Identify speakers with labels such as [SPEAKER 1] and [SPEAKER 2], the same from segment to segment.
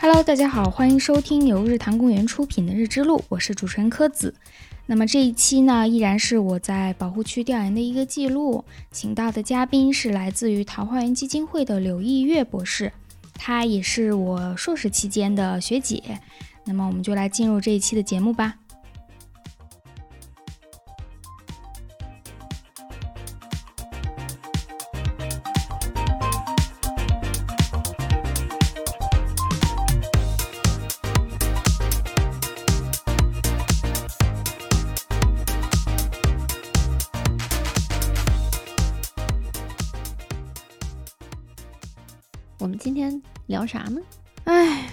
[SPEAKER 1] Hello，大家好，欢迎收听由日坛公园出品的《日之路》，我是主持人柯子。那么这一期呢，依然是我在保护区调研的一个记录，请到的嘉宾是来自于桃花源基金会的柳毅月博士，她也是我硕士期间的学姐。那么我们就来进入这一期的节目吧。
[SPEAKER 2] 我们今天聊啥呢？
[SPEAKER 1] 哎，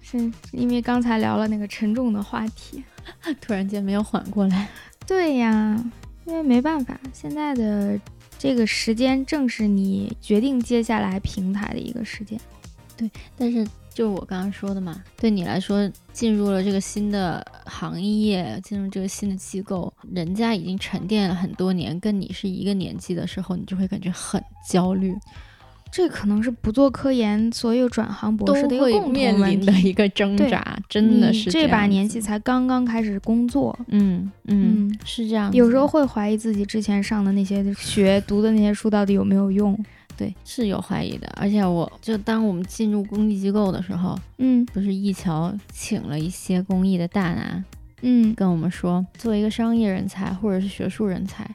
[SPEAKER 1] 是因为刚才聊了那个沉重的话题。
[SPEAKER 2] 突然间没有缓过来。
[SPEAKER 1] 对呀，因为没办法，现在的这个时间正是你决定接下来平台的一个时间。
[SPEAKER 2] 但是就是我刚刚说的嘛，对你来说，进入了这个新的行业，进入这个新的机构，人家已经沉淀了很多年，跟你是一个年纪的时候，你就会感觉很焦虑，
[SPEAKER 1] 这可能是不做科研所有转行博
[SPEAKER 2] 都
[SPEAKER 1] 士的一个
[SPEAKER 2] 会
[SPEAKER 1] 共
[SPEAKER 2] 面
[SPEAKER 1] 同问
[SPEAKER 2] 临
[SPEAKER 1] 题。
[SPEAKER 2] 的一个挣扎，真的
[SPEAKER 1] 你
[SPEAKER 2] 是
[SPEAKER 1] 这把
[SPEAKER 2] 样
[SPEAKER 1] 年
[SPEAKER 2] 子
[SPEAKER 1] 纪，才刚刚开始工作，
[SPEAKER 2] 嗯嗯，
[SPEAKER 1] 嗯，
[SPEAKER 2] 是这样子的。
[SPEAKER 1] 有时候会怀疑自己之前上的那些学、读的那些书到底有没有 用。
[SPEAKER 2] 对是有怀疑的，而且我就当我们进入公益机构的时候，
[SPEAKER 1] 嗯
[SPEAKER 2] 不是一桥请了一些公益的大拿，
[SPEAKER 1] 嗯
[SPEAKER 2] 跟我们说，作为一个商业人才或者是学术人才，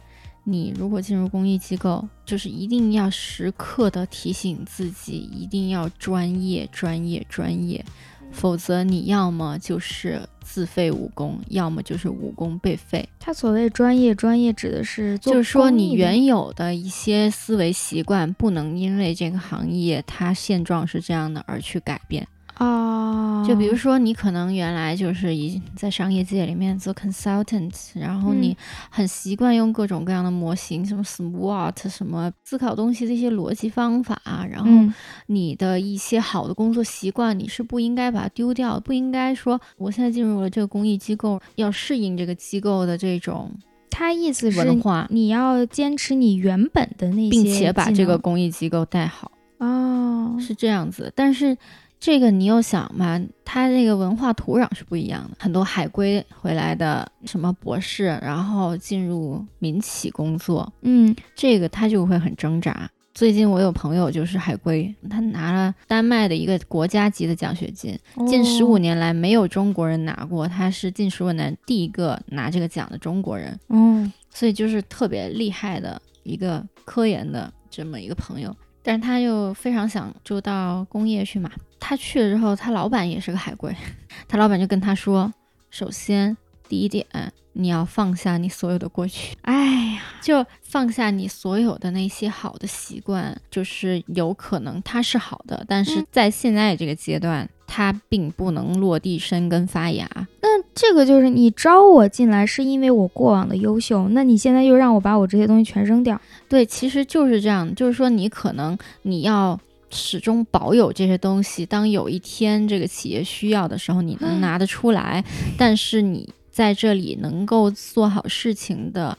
[SPEAKER 2] 你如果进入公益机构，就是一定要时刻的提醒自己，一定要专业、专业、专业，
[SPEAKER 1] 嗯
[SPEAKER 2] 否则你要么就是自废武功，要么就是武功被废。
[SPEAKER 1] 他所谓专业，专业指的是做
[SPEAKER 2] 就是说，
[SPEAKER 1] 公益
[SPEAKER 2] 你
[SPEAKER 1] 的
[SPEAKER 2] 原有的一些思维习惯，不能因为这个行业它现状是这样的而去改变。
[SPEAKER 1] 啊，
[SPEAKER 2] 就比如说，你可能原来就是一在商业界里面做 consultant，然后
[SPEAKER 1] 嗯
[SPEAKER 2] 你很习惯用各种各样的模型，什么 SWOT，什么思考东西的一些逻辑方法，啊然后
[SPEAKER 1] 嗯
[SPEAKER 2] 你的一些好的工作习惯，你是不应该把它丢掉，不应该说我现在进入了这个公益机构，要适应这个机构的这种
[SPEAKER 1] 他意思是
[SPEAKER 2] 文化，
[SPEAKER 1] 你要坚持你原本的那些技能，
[SPEAKER 2] 并且把这个公益机构带好。
[SPEAKER 1] 哦，
[SPEAKER 2] 是这样子，但是这个你又想嘛，它这个文化土壤是不一样的。很多海归回来的什么博士，然后进入民企工作，
[SPEAKER 1] 嗯
[SPEAKER 2] 这个他就会很挣扎。最近我有朋友就是海归，他拿了丹麦的一个国家级的奖学金，近十五
[SPEAKER 1] 哦
[SPEAKER 2] 年来没有中国人拿过，他是近十五年来第一个拿这个奖的中国人。
[SPEAKER 1] 哦，
[SPEAKER 2] 所以就是特别厉害的一个科研的这么一个朋友，但是他又非常想就到工业去嘛。他去了之后，他老板也是个海归， 他老板就跟他说：“首先第一点，你要放下你所有的过去，
[SPEAKER 1] 哎呀，
[SPEAKER 2] 就放下你所有的那些好的习惯，就是有可能它是好的，但是
[SPEAKER 1] 嗯
[SPEAKER 2] 在现在这个阶段，它并不能落地生根发芽。
[SPEAKER 1] 那这个就是你招我进来是因为我过往的优秀，那你现在又让我把我这些东西全扔掉，
[SPEAKER 2] 对，其实就是这样，就是说你可能你要始终保有这些东西，当有一天这个企业需要的时候，你能拿得出来，但是你在这里能够做好事情的。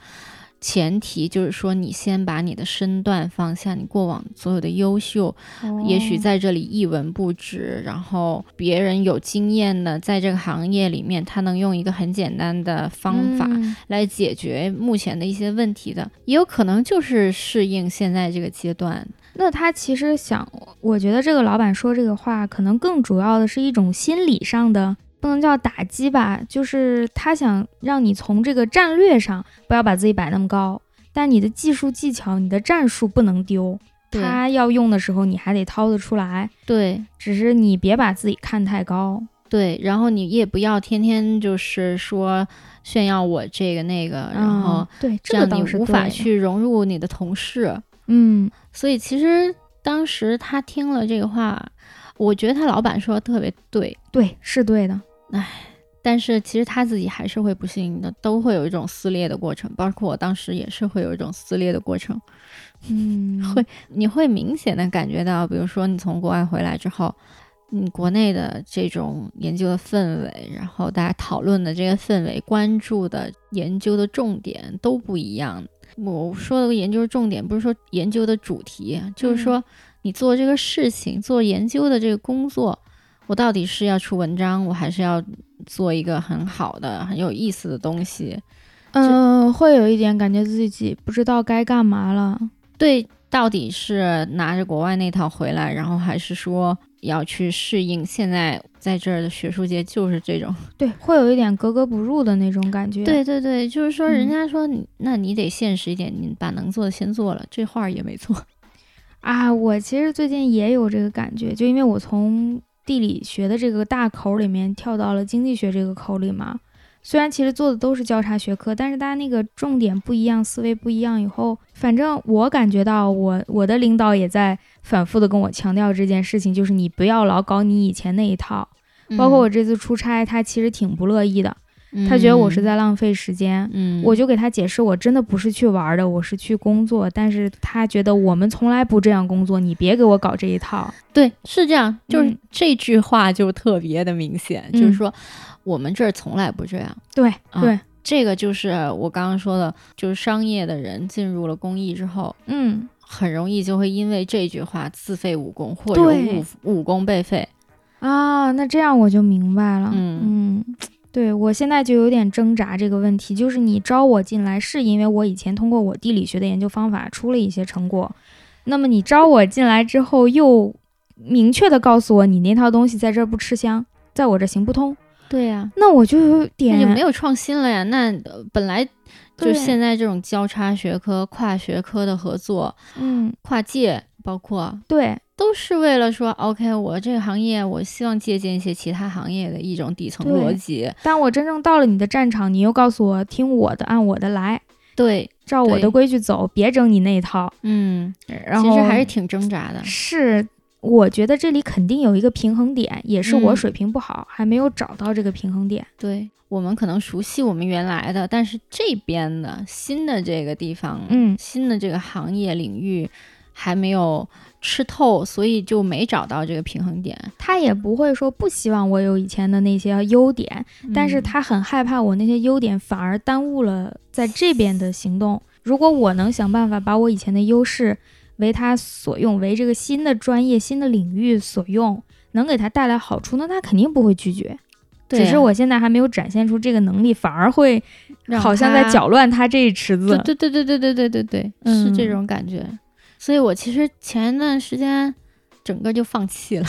[SPEAKER 2] 前提就是说，你先把你的身段放下，你过往所有的优秀，
[SPEAKER 1] 哦
[SPEAKER 2] 也许在这里一文不值，然后别人有经验的，在这个行业里面，他能用一个很简单的方法，
[SPEAKER 1] 嗯
[SPEAKER 2] 来解决目前的一些问题的，也有可能就是适应现在这个阶段。
[SPEAKER 1] 那他其实想，我觉得这个老板说这个话，可能更主要的是一种心理上的，不能叫打击吧，就是他想让你从这个战略上不要把自己摆那么高，但你的技术技巧、你的战术不能丢，
[SPEAKER 2] 对
[SPEAKER 1] 他要用的时候你还得掏得出来，
[SPEAKER 2] 对
[SPEAKER 1] 只是你别把自己看太高。
[SPEAKER 2] 对，然后你也不要天天就是说炫耀我这个那个，呃然后
[SPEAKER 1] 嗯对这
[SPEAKER 2] 这
[SPEAKER 1] 个
[SPEAKER 2] 样
[SPEAKER 1] 倒
[SPEAKER 2] 你
[SPEAKER 1] 是
[SPEAKER 2] 无法
[SPEAKER 1] 对的，
[SPEAKER 2] 去融入你的同事。
[SPEAKER 1] 嗯
[SPEAKER 2] 所以其实当时他听了这个话，我觉得他老板说的特别对，
[SPEAKER 1] 对是对的，
[SPEAKER 2] 但是其实他自己还是会不适应的，都会有一种撕裂的过程，包括我当时也是会有一种撕裂的过程。
[SPEAKER 1] 嗯
[SPEAKER 2] 会你会明显的感觉到，比如说你从国外回来之后，你国内的这种研究的氛围，然后大家讨论的这个氛围、关注的研究的重点都不一样。我说的研究重点不是说研究的主题，就是说你做这个事情、做研究的这个工作，我到底是要出文章，我还是要做一个很好的、很有意思的东西？
[SPEAKER 1] 嗯、会有一点感觉自己不知道该干嘛了。
[SPEAKER 2] 对，到底是拿着国外那套回来，然后还是说要去适应现在在这儿的学术界就是这种？
[SPEAKER 1] 对，会有一点格格不入的那种感觉。，
[SPEAKER 2] 对对对，就是说，人
[SPEAKER 1] 嗯
[SPEAKER 2] 家说你，那你得现实一点，你把能做的先做了，这话儿也没错。
[SPEAKER 1] 啊，我其实最近也有这个感觉，就因为我从地理学的这个大口里面跳到了经济学这个口里嘛。虽然其实做的都是交叉学科，但是大家那个重点不一样，思维不一样，以后反正我感觉到我我的领导也在反复的跟我强调这件事情，就是你不要老搞你以前那一套。嗯包括我这次出差，他其实挺不乐意的，
[SPEAKER 2] 嗯，
[SPEAKER 1] 他觉得我是在浪费时间。
[SPEAKER 2] 嗯，嗯，
[SPEAKER 1] 我就给他解释，我真的不是去玩儿的，我是去工作。但是他觉得我们从来不这样工作，你别给我搞这一套。
[SPEAKER 2] 对是这样，就是
[SPEAKER 1] 嗯
[SPEAKER 2] 这句话就特别的明显，就是
[SPEAKER 1] 嗯
[SPEAKER 2] 说我们这儿从来不这样。
[SPEAKER 1] 对、
[SPEAKER 2] 啊
[SPEAKER 1] 对，
[SPEAKER 2] 这个就是我刚刚说的，就是商业的人进入了公益之后，
[SPEAKER 1] 嗯，
[SPEAKER 2] 很容易就会因为这句话自废武功，或者
[SPEAKER 1] 对
[SPEAKER 2] 武武功被废。
[SPEAKER 1] 啊，那这样我就明白了。
[SPEAKER 2] 嗯
[SPEAKER 1] 嗯对我现在就有点挣扎这个问题，就是你招我进来，是因为我以前通过我地理学的研究方法出了一些成果，那么你招我进来之后，又明确的告诉我你那套东西在这儿不吃香，在我这儿行不通，
[SPEAKER 2] 对呀、
[SPEAKER 1] 那我就有点
[SPEAKER 2] 那就没有创新了呀。那呃本来就
[SPEAKER 1] 对
[SPEAKER 2] 现在这种交叉学科、跨学科的合作、
[SPEAKER 1] 嗯
[SPEAKER 2] 跨界，包括
[SPEAKER 1] 对
[SPEAKER 2] 都是为了说，OK，我这个行业，我希望借鉴一些其他行业的一种底层
[SPEAKER 1] 对
[SPEAKER 2] 逻辑。
[SPEAKER 1] 当我真正到了你的战场，你又告诉我听我的，按我的来，
[SPEAKER 2] 对，
[SPEAKER 1] 照我
[SPEAKER 2] 对
[SPEAKER 1] 的规矩走，别整你那一套。
[SPEAKER 2] 嗯，
[SPEAKER 1] 然
[SPEAKER 2] 其
[SPEAKER 1] 后
[SPEAKER 2] 实还是挺挣扎的。
[SPEAKER 1] 是我觉得这里肯定有一个平衡点，也是我
[SPEAKER 2] 嗯
[SPEAKER 1] 水平不好，还没有找到这个平衡点。
[SPEAKER 2] 对我们可能熟悉我们原来的，但是这边的新的这个地方，
[SPEAKER 1] 嗯
[SPEAKER 2] 新的这个行业领域还没有吃透，所以就没找到这个平衡点。
[SPEAKER 1] 他也不会说不希望我有以前的那些优点，但是
[SPEAKER 2] 嗯
[SPEAKER 1] 他很害怕我那些优点反而耽误了在这边的行动。如果我能想办法把我以前的优势为他所用，为这个新的专业、新的领域所用，能给他带来好处，那他肯定不会拒绝。
[SPEAKER 2] 对
[SPEAKER 1] 只是
[SPEAKER 2] 啊
[SPEAKER 1] 我现在还没有展现出这个能力，反而会
[SPEAKER 2] 让
[SPEAKER 1] 好像在
[SPEAKER 2] 他
[SPEAKER 1] 搅乱他这一池子。
[SPEAKER 2] 对对对对对对对对，是这
[SPEAKER 1] 嗯
[SPEAKER 2] 种感觉。所以我其实前一段时间整个就放弃了，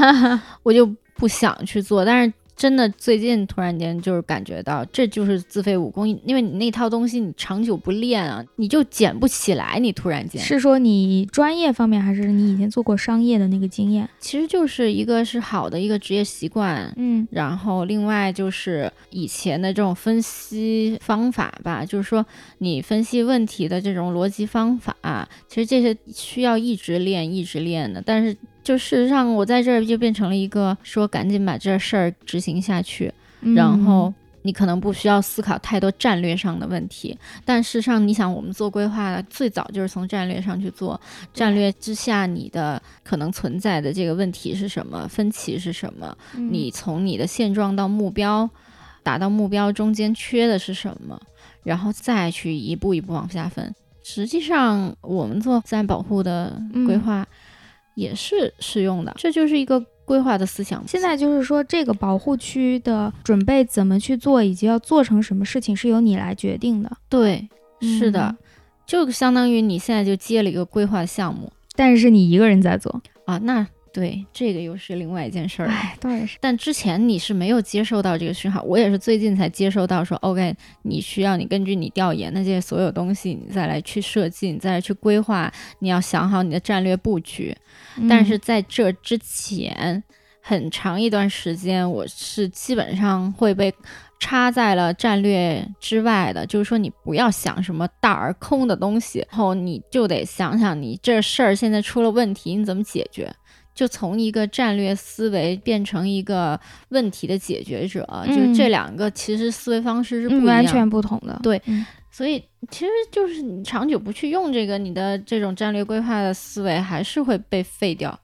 [SPEAKER 2] 我就不想去做。但是真的最近突然间就是感觉到，这就是自废武功，因为你那套东西你长久不练啊，你就捡不起来。你突然间，
[SPEAKER 1] 是说你专业方面，还是你以前做过商业的那个经验？
[SPEAKER 2] 其实就是一个是好的一个职业习惯。
[SPEAKER 1] 嗯
[SPEAKER 2] 然后，另外就是以前的这种分析方法吧，就是说你分析问题的这种逻辑方法，其实这些需要一直练、一直练的。但是，就事实上，我在这儿就变成了一个说赶紧把这事儿执行下去，
[SPEAKER 1] 嗯
[SPEAKER 2] 然后你可能不需要思考太多战略上的问题。但事实上，你想，我们做规划的最早就是从战略上去做，战略之下你的可能存在的这个问题是什么，分歧是什么。
[SPEAKER 1] 嗯
[SPEAKER 2] 你从你的现状到目标，达到目标中间缺的是什么，然后再去一步一步往下分。实际上，我们做自然保护的规
[SPEAKER 1] 嗯
[SPEAKER 2] 划也是适用的，这就是一个规划的思想。
[SPEAKER 1] 现在就是说，这个保护区的准备怎么去做，以及要做成什么事情，是由你来决定的。
[SPEAKER 2] 对，是的
[SPEAKER 1] 嗯，
[SPEAKER 2] 就相当于你现在就接了一个规划项目
[SPEAKER 1] 但是你一个人在做，
[SPEAKER 2] 啊，那对这个又是另外一件事儿了。
[SPEAKER 1] 哎，倒也是，
[SPEAKER 2] 但之前你是没有接受到这个讯号，我也是最近才接受到说，OK，你需要你根据你调研的这些所有东西，你再来去设计，你再来去规划，你要想好你的战略布局。
[SPEAKER 1] 嗯
[SPEAKER 2] 但是在这之前，很长一段时间，我是基本上会被插在了战略之外的，就是说你不要想什么大而空的东西，然后你就得想想你这事儿现在出了问题，你怎么解决。就从一个战略思维变成一个问题的解决者，就
[SPEAKER 1] 嗯
[SPEAKER 2] 这两个其实思维方式是
[SPEAKER 1] 嗯、
[SPEAKER 2] 不一样
[SPEAKER 1] 完
[SPEAKER 2] 的。
[SPEAKER 1] 全不同的。
[SPEAKER 2] 对
[SPEAKER 1] 嗯
[SPEAKER 2] 所以其实就是你长久不去用这个，你的这种战略规划的思维还是会被废掉。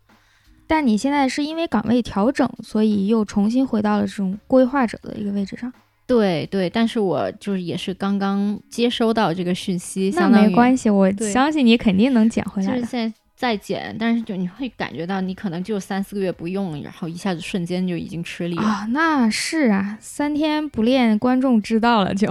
[SPEAKER 1] 但你现在是因为岗位调整，所以又重新回到了这种规划者的一个位置上。
[SPEAKER 2] 对对，但是我就是也是刚刚接收到这个讯息，
[SPEAKER 1] 那
[SPEAKER 2] 相当于
[SPEAKER 1] 没关系，我
[SPEAKER 2] 对
[SPEAKER 1] 相信你肯定能捡回
[SPEAKER 2] 就
[SPEAKER 1] 来
[SPEAKER 2] 是
[SPEAKER 1] 的。
[SPEAKER 2] 现在再减，但是就你会感觉到你可能就三四个月不用，然后一下子瞬间就已经吃力了。
[SPEAKER 1] 啊、那是啊，三天不练，观众知道了就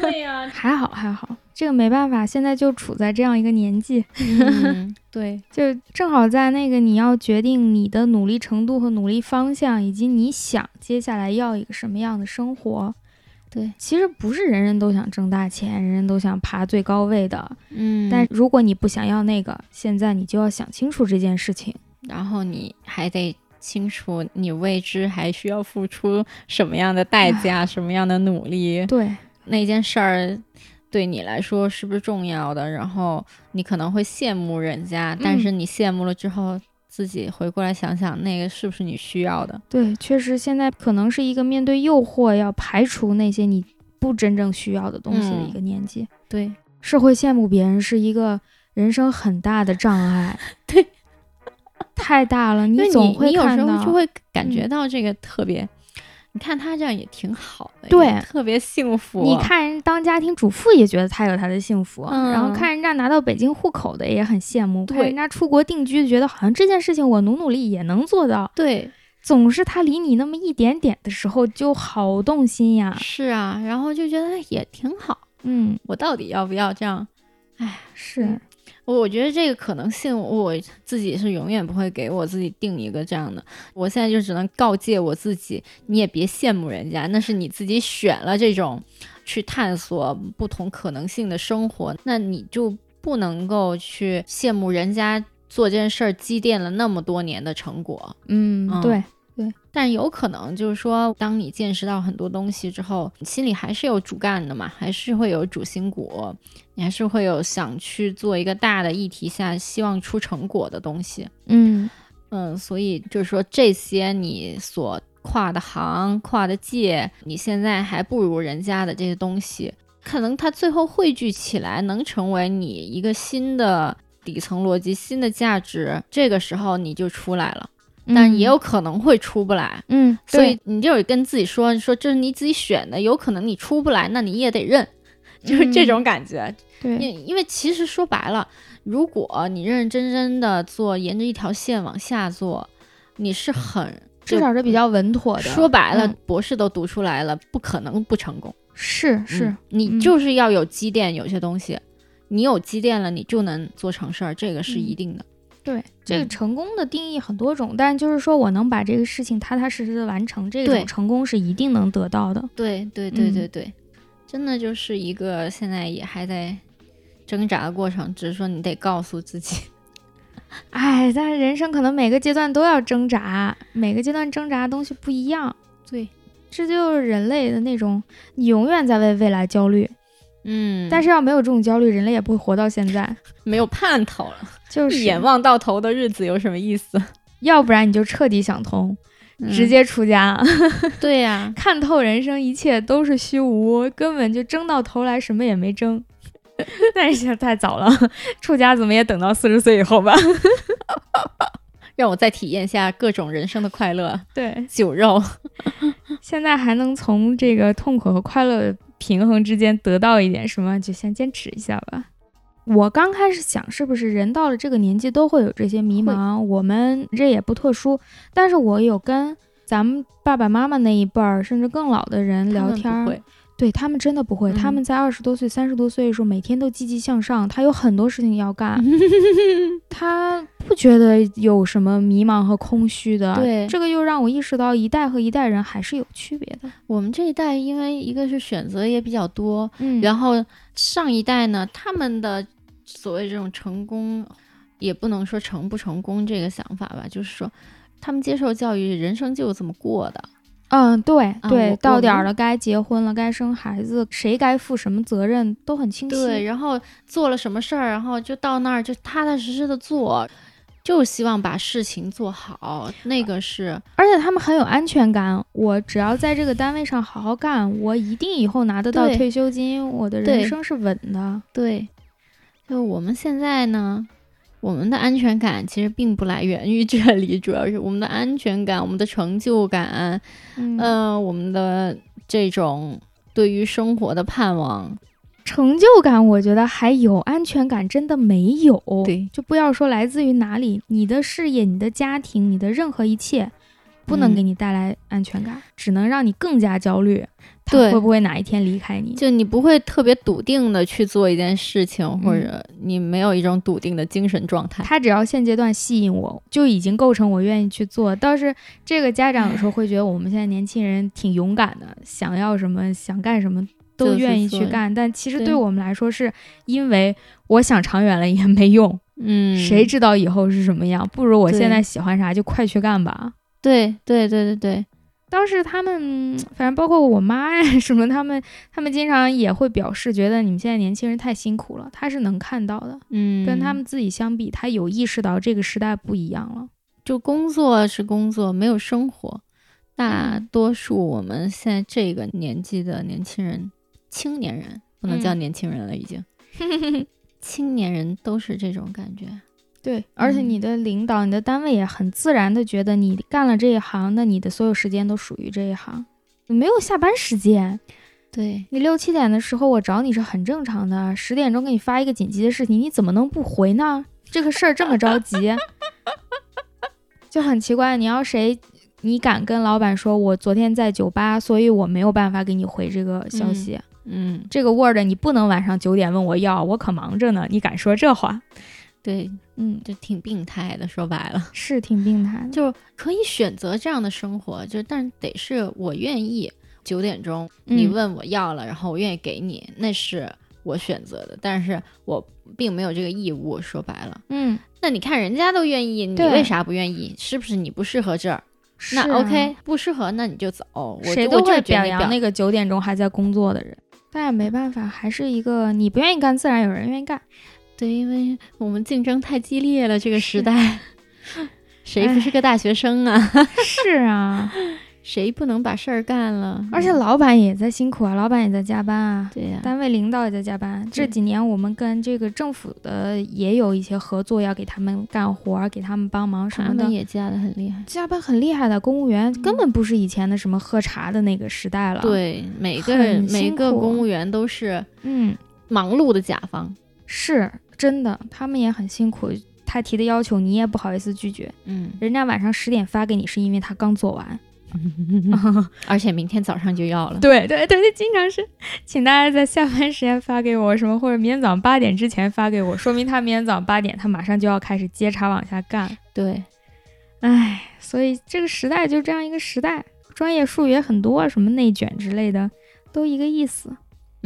[SPEAKER 2] 对呀、
[SPEAKER 1] 还好还好，这个没办法，现在就处在这样一个年纪，
[SPEAKER 2] 嗯
[SPEAKER 1] 对，就正好在那个你要决定你的努力程度和努力方向，以及你想接下来要一个什么样的生活。
[SPEAKER 2] 对，
[SPEAKER 1] 其实不是人人都想挣大钱，人人都想爬最高位的。
[SPEAKER 2] 嗯，
[SPEAKER 1] 但如果你不想要那个，现在你就要想清楚这件事情。
[SPEAKER 2] 然后你还得清楚你为之还需要付出什么样的代 价，什么样的努力，
[SPEAKER 1] 对，
[SPEAKER 2] 那件事儿对你来说是不是重要的？然后你可能会羡慕人家，但是你羡慕了之后，自己回过来想想，那个是不是你需要的？
[SPEAKER 1] 对，确实现在可能是一个面对诱惑要排除那些你不真正需要的东西的一个年纪。
[SPEAKER 2] 对，，
[SPEAKER 1] 是会羡慕别人是一个人生很大的障 碍
[SPEAKER 2] 对，
[SPEAKER 1] 太大 了，
[SPEAKER 2] 因为
[SPEAKER 1] 总会
[SPEAKER 2] 你有
[SPEAKER 1] 看
[SPEAKER 2] 时
[SPEAKER 1] 到，
[SPEAKER 2] 候就会感觉
[SPEAKER 1] 嗯
[SPEAKER 2] 到这个特别。你看他这样也挺好的，
[SPEAKER 1] 对
[SPEAKER 2] 也特别幸福。啊
[SPEAKER 1] 你，看人当家庭主妇也觉得她有她的幸福，
[SPEAKER 2] 嗯
[SPEAKER 1] 然后看人家拿到北京户口的也很羡慕，
[SPEAKER 2] 对
[SPEAKER 1] 看人家出国定居，觉得好像这件事情我努努力也能做到。
[SPEAKER 2] 对，
[SPEAKER 1] 总是他离你那么一点点的时候，就好动心呀。
[SPEAKER 2] 是啊，然后就觉得也挺好。
[SPEAKER 1] 嗯，
[SPEAKER 2] 我到底要不要这样？
[SPEAKER 1] 是，
[SPEAKER 2] 我我觉得这个可能性，我自己是永远不会给我自己定一个这样的。我现在就只能告诫我自己，你也别羡慕人家，那是你自己选了这种去探索不同可能性的生活，那你就不能够去羡慕人家做这件事儿积淀了那么多年的成果。
[SPEAKER 1] 嗯，
[SPEAKER 2] 嗯
[SPEAKER 1] 对，
[SPEAKER 2] 但有可能就是说，当你见识到很多东西之后，你心里还是有主干的嘛，还是会有主心骨，你还是会有想去做一个大的议题下希望出成果的东西。
[SPEAKER 1] 嗯，
[SPEAKER 2] 嗯，所以就是说，这些你所跨的行、跨的界，你现在还不如人家的这些东西，可能它最后汇聚起来，能成为你一个新的底层逻辑、新的价值。这个时候你就出来了，但也有，可能会出不来。
[SPEAKER 1] 嗯，
[SPEAKER 2] 所
[SPEAKER 1] 对
[SPEAKER 2] 以你就得跟自己说，你说这是你自己选的，有可能你出不来，那你也得认，就是这种感觉。因、
[SPEAKER 1] 嗯对，
[SPEAKER 2] 因为其实说白了，如果你认认真真的做，沿着一条线往下做，你是很
[SPEAKER 1] 嗯至少是比较稳妥的。
[SPEAKER 2] 说白了，
[SPEAKER 1] 嗯
[SPEAKER 2] 博士都读出来了，不可能不成功。
[SPEAKER 1] 是是，
[SPEAKER 2] 嗯你
[SPEAKER 1] 嗯
[SPEAKER 2] 就是要有积淀，有些东西。你有积淀了，你就能做成事儿，这个是一
[SPEAKER 1] 嗯
[SPEAKER 2] 定的。
[SPEAKER 1] 对，这个
[SPEAKER 2] 嗯
[SPEAKER 1] 成功的定义很多种，但就是说我能把这个事情踏踏实实的完成，这
[SPEAKER 2] 对
[SPEAKER 1] 种成功是一定能得到的。
[SPEAKER 2] 对对对对
[SPEAKER 1] 嗯
[SPEAKER 2] 对，真的就是一个现在也还在挣扎的过程，只是说你得告诉自己，
[SPEAKER 1] 哎，但是人生可能每个阶段都要挣扎，每个阶段挣扎的东西不一样，
[SPEAKER 2] 对，
[SPEAKER 1] 这就是人类的那种，你永远在为未来焦虑。
[SPEAKER 2] 嗯，
[SPEAKER 1] 但是要没有这种焦虑，人类也不会活到现 在。
[SPEAKER 2] 没有盼头了，
[SPEAKER 1] 就是
[SPEAKER 2] 一眼望到头的日子有什么意思？
[SPEAKER 1] 要不然你就彻底想通， 直接出家，
[SPEAKER 2] 嗯对呀、
[SPEAKER 1] 看透人生一切都是虚无，根本就争到头来什么也没争。 但是现在太早了，出家怎么也等到四十岁以后吧？
[SPEAKER 2] 让我再体验一下各种人生的快乐，
[SPEAKER 1] 对，
[SPEAKER 2] 酒肉，
[SPEAKER 1] 现在还能从这个痛苦和快乐的平衡之间得到一点什么，就先坚持一下吧。我刚开始想，是不是人到了这个年纪都会有这些迷茫？我们这也不特殊，但是我有跟咱们爸爸妈妈那一辈儿，甚至更老的人聊天
[SPEAKER 2] 他们
[SPEAKER 1] 儿
[SPEAKER 2] 不，会，
[SPEAKER 1] 对他们真的不会，
[SPEAKER 2] 嗯
[SPEAKER 1] 他们在二十多岁、三十多岁的时候，每天都积极向上，他有很多事情要
[SPEAKER 2] 嗯
[SPEAKER 1] 干，他不觉得有什么迷茫和空虚的。
[SPEAKER 2] 对
[SPEAKER 1] 这个又让我意识到一代和一代人还是有区别的。
[SPEAKER 2] 我们这一代因为一个是选择也比较多，
[SPEAKER 1] 嗯
[SPEAKER 2] 然后上一代呢，他们的所谓这种成功，也不能说成不成功这个想法吧，就是说他们接受教育，人生就是这么过的，
[SPEAKER 1] 嗯，对
[SPEAKER 2] 啊
[SPEAKER 1] 对
[SPEAKER 2] 我，
[SPEAKER 1] 到
[SPEAKER 2] 我
[SPEAKER 1] 点
[SPEAKER 2] 们
[SPEAKER 1] 儿了，该结婚了，该生孩子，谁该负什么责任都很清晰。
[SPEAKER 2] 对，然后做了什么事儿，然后就到那儿就踏踏实实的做，就希望把事情做好。那个是
[SPEAKER 1] 而且他们很有安全感。我只要在这个单位上好好干，我一定以后拿得到
[SPEAKER 2] 对
[SPEAKER 1] 退休金，我的
[SPEAKER 2] 对
[SPEAKER 1] 人生是稳的。
[SPEAKER 2] 对，就我们现在呢，我们的安全感其实并不来源于这里，主要是我们的安全感、我们的成就感，
[SPEAKER 1] 嗯
[SPEAKER 2] 呃嗯、我们的这种对于生活的盼望，
[SPEAKER 1] 成就感，我觉得还有安全感，真的没有。
[SPEAKER 2] 对，
[SPEAKER 1] 就不要说来自于哪里，你的事业、你的家庭、你的任何一切，不能
[SPEAKER 2] 嗯
[SPEAKER 1] 给你带来安全感，只能让你更加焦虑。他
[SPEAKER 2] 对
[SPEAKER 1] 会不会哪一天离开你？
[SPEAKER 2] 就你不会特别笃定的去做一件事情，或者
[SPEAKER 1] 嗯
[SPEAKER 2] 你没有一种笃定的精神状态。
[SPEAKER 1] 他只要现阶段吸引我，就已经构成我愿意去做。倒是这个家长有
[SPEAKER 2] 哎
[SPEAKER 1] 时候会觉得我们现在年轻人挺勇敢的，想要什么想干什么都
[SPEAKER 2] 就是
[SPEAKER 1] 愿意
[SPEAKER 2] 做
[SPEAKER 1] 去干，但其实
[SPEAKER 2] 对
[SPEAKER 1] 对我们来说，是因为我想长远了也没用，
[SPEAKER 2] 嗯，
[SPEAKER 1] 谁知道以后是什么样？不如我
[SPEAKER 2] 对
[SPEAKER 1] 现在喜欢啥就快去干吧。
[SPEAKER 2] 对对对对对，
[SPEAKER 1] 当时他们，反正包括我妈呀什么，他们他们经常也会表示，觉得你们现在年轻人太辛苦了。他是能看到的，
[SPEAKER 2] 嗯，
[SPEAKER 1] 跟他们自己相比，他有意识到这个时代不一样了。
[SPEAKER 2] 就工作是工作，没有生活。大
[SPEAKER 1] 嗯
[SPEAKER 2] 多数我们现在这个年纪的年轻人、青年人，不能叫
[SPEAKER 1] 嗯
[SPEAKER 2] 年轻人了，已经。 青年人都是这种感觉，
[SPEAKER 1] 对，而且
[SPEAKER 2] 嗯
[SPEAKER 1] 你的领导、你的单位也很自然的觉得你干了这一行，那你的所有时间都属于这一行，没有下班时间。
[SPEAKER 2] 对，
[SPEAKER 1] 你六七点的时候我找你是很正常的，啊十点钟给你发一个紧急的事情，你怎么能不回呢？这个事儿这么着 急，就很奇怪。你要谁，你敢跟老板说我昨天在酒吧，所以我没有办法给你回这个消息？
[SPEAKER 2] 嗯，
[SPEAKER 1] 这个 Word 你不能晚上九点问我要，我可忙着呢。你敢说这话？
[SPEAKER 2] 对，
[SPEAKER 1] 嗯，
[SPEAKER 2] 就挺病态的。说白了，
[SPEAKER 1] 是挺病态的。
[SPEAKER 2] 就可以选择这样的生活，就但是得是我愿意。九点钟你
[SPEAKER 1] 嗯
[SPEAKER 2] 问我要了，然后我愿意给你，那是我选择的，但是我并没有这个义务。说白了。
[SPEAKER 1] 嗯，
[SPEAKER 2] 那你看人家都愿意，你
[SPEAKER 1] 对
[SPEAKER 2] 为啥不愿意？是不是你不适合这儿？
[SPEAKER 1] 是
[SPEAKER 2] 那
[SPEAKER 1] 啊
[SPEAKER 2] OK，不适合那你就走。我就
[SPEAKER 1] 谁
[SPEAKER 2] 我
[SPEAKER 1] 都
[SPEAKER 2] 就是
[SPEAKER 1] 会
[SPEAKER 2] 觉
[SPEAKER 1] 表
[SPEAKER 2] 得你
[SPEAKER 1] 扬那个九点钟还在工作的人，但也没办法，还是一个你不愿意干，自然有人愿意干。
[SPEAKER 2] 对，因为我们竞争太激烈了，这个时代， 谁不是个大学生啊？
[SPEAKER 1] 是啊，
[SPEAKER 2] 谁不能把事儿干了？
[SPEAKER 1] 而且老板也在辛苦啊，老板也在加班啊，
[SPEAKER 2] 对呀、
[SPEAKER 1] 单位领导也在加班。这
[SPEAKER 2] 对
[SPEAKER 1] 几年我们跟这个政府的也有一些合作，要给他们干活儿，给他们帮忙什
[SPEAKER 2] 他
[SPEAKER 1] 么的
[SPEAKER 2] 们。也加的很厉害。
[SPEAKER 1] 加班很厉害的，公务员根本不是以前的什么喝茶的那个时代了。，
[SPEAKER 2] 对，每个
[SPEAKER 1] 很
[SPEAKER 2] 人每
[SPEAKER 1] 辛
[SPEAKER 2] 个
[SPEAKER 1] 苦
[SPEAKER 2] 公务员都是
[SPEAKER 1] 嗯，
[SPEAKER 2] 忙碌的甲方。
[SPEAKER 1] 是真的，他们也很辛苦。他提的要求你也不好意思拒绝，
[SPEAKER 2] 嗯，
[SPEAKER 1] 人家晚上十点发给你，是因为他刚做完。
[SPEAKER 2] 而且明天早上就要了。
[SPEAKER 1] 对对对，对，经常是，请大家在下班时间发给我什么，或者明天早上八点之前发给我，说明他明天早上八点，他马上就要开始接茬往下干。
[SPEAKER 2] 对，
[SPEAKER 1] 唉，所以这个时代就这样一个时代，专业术语也很多，什么内卷之类的，都一个意思，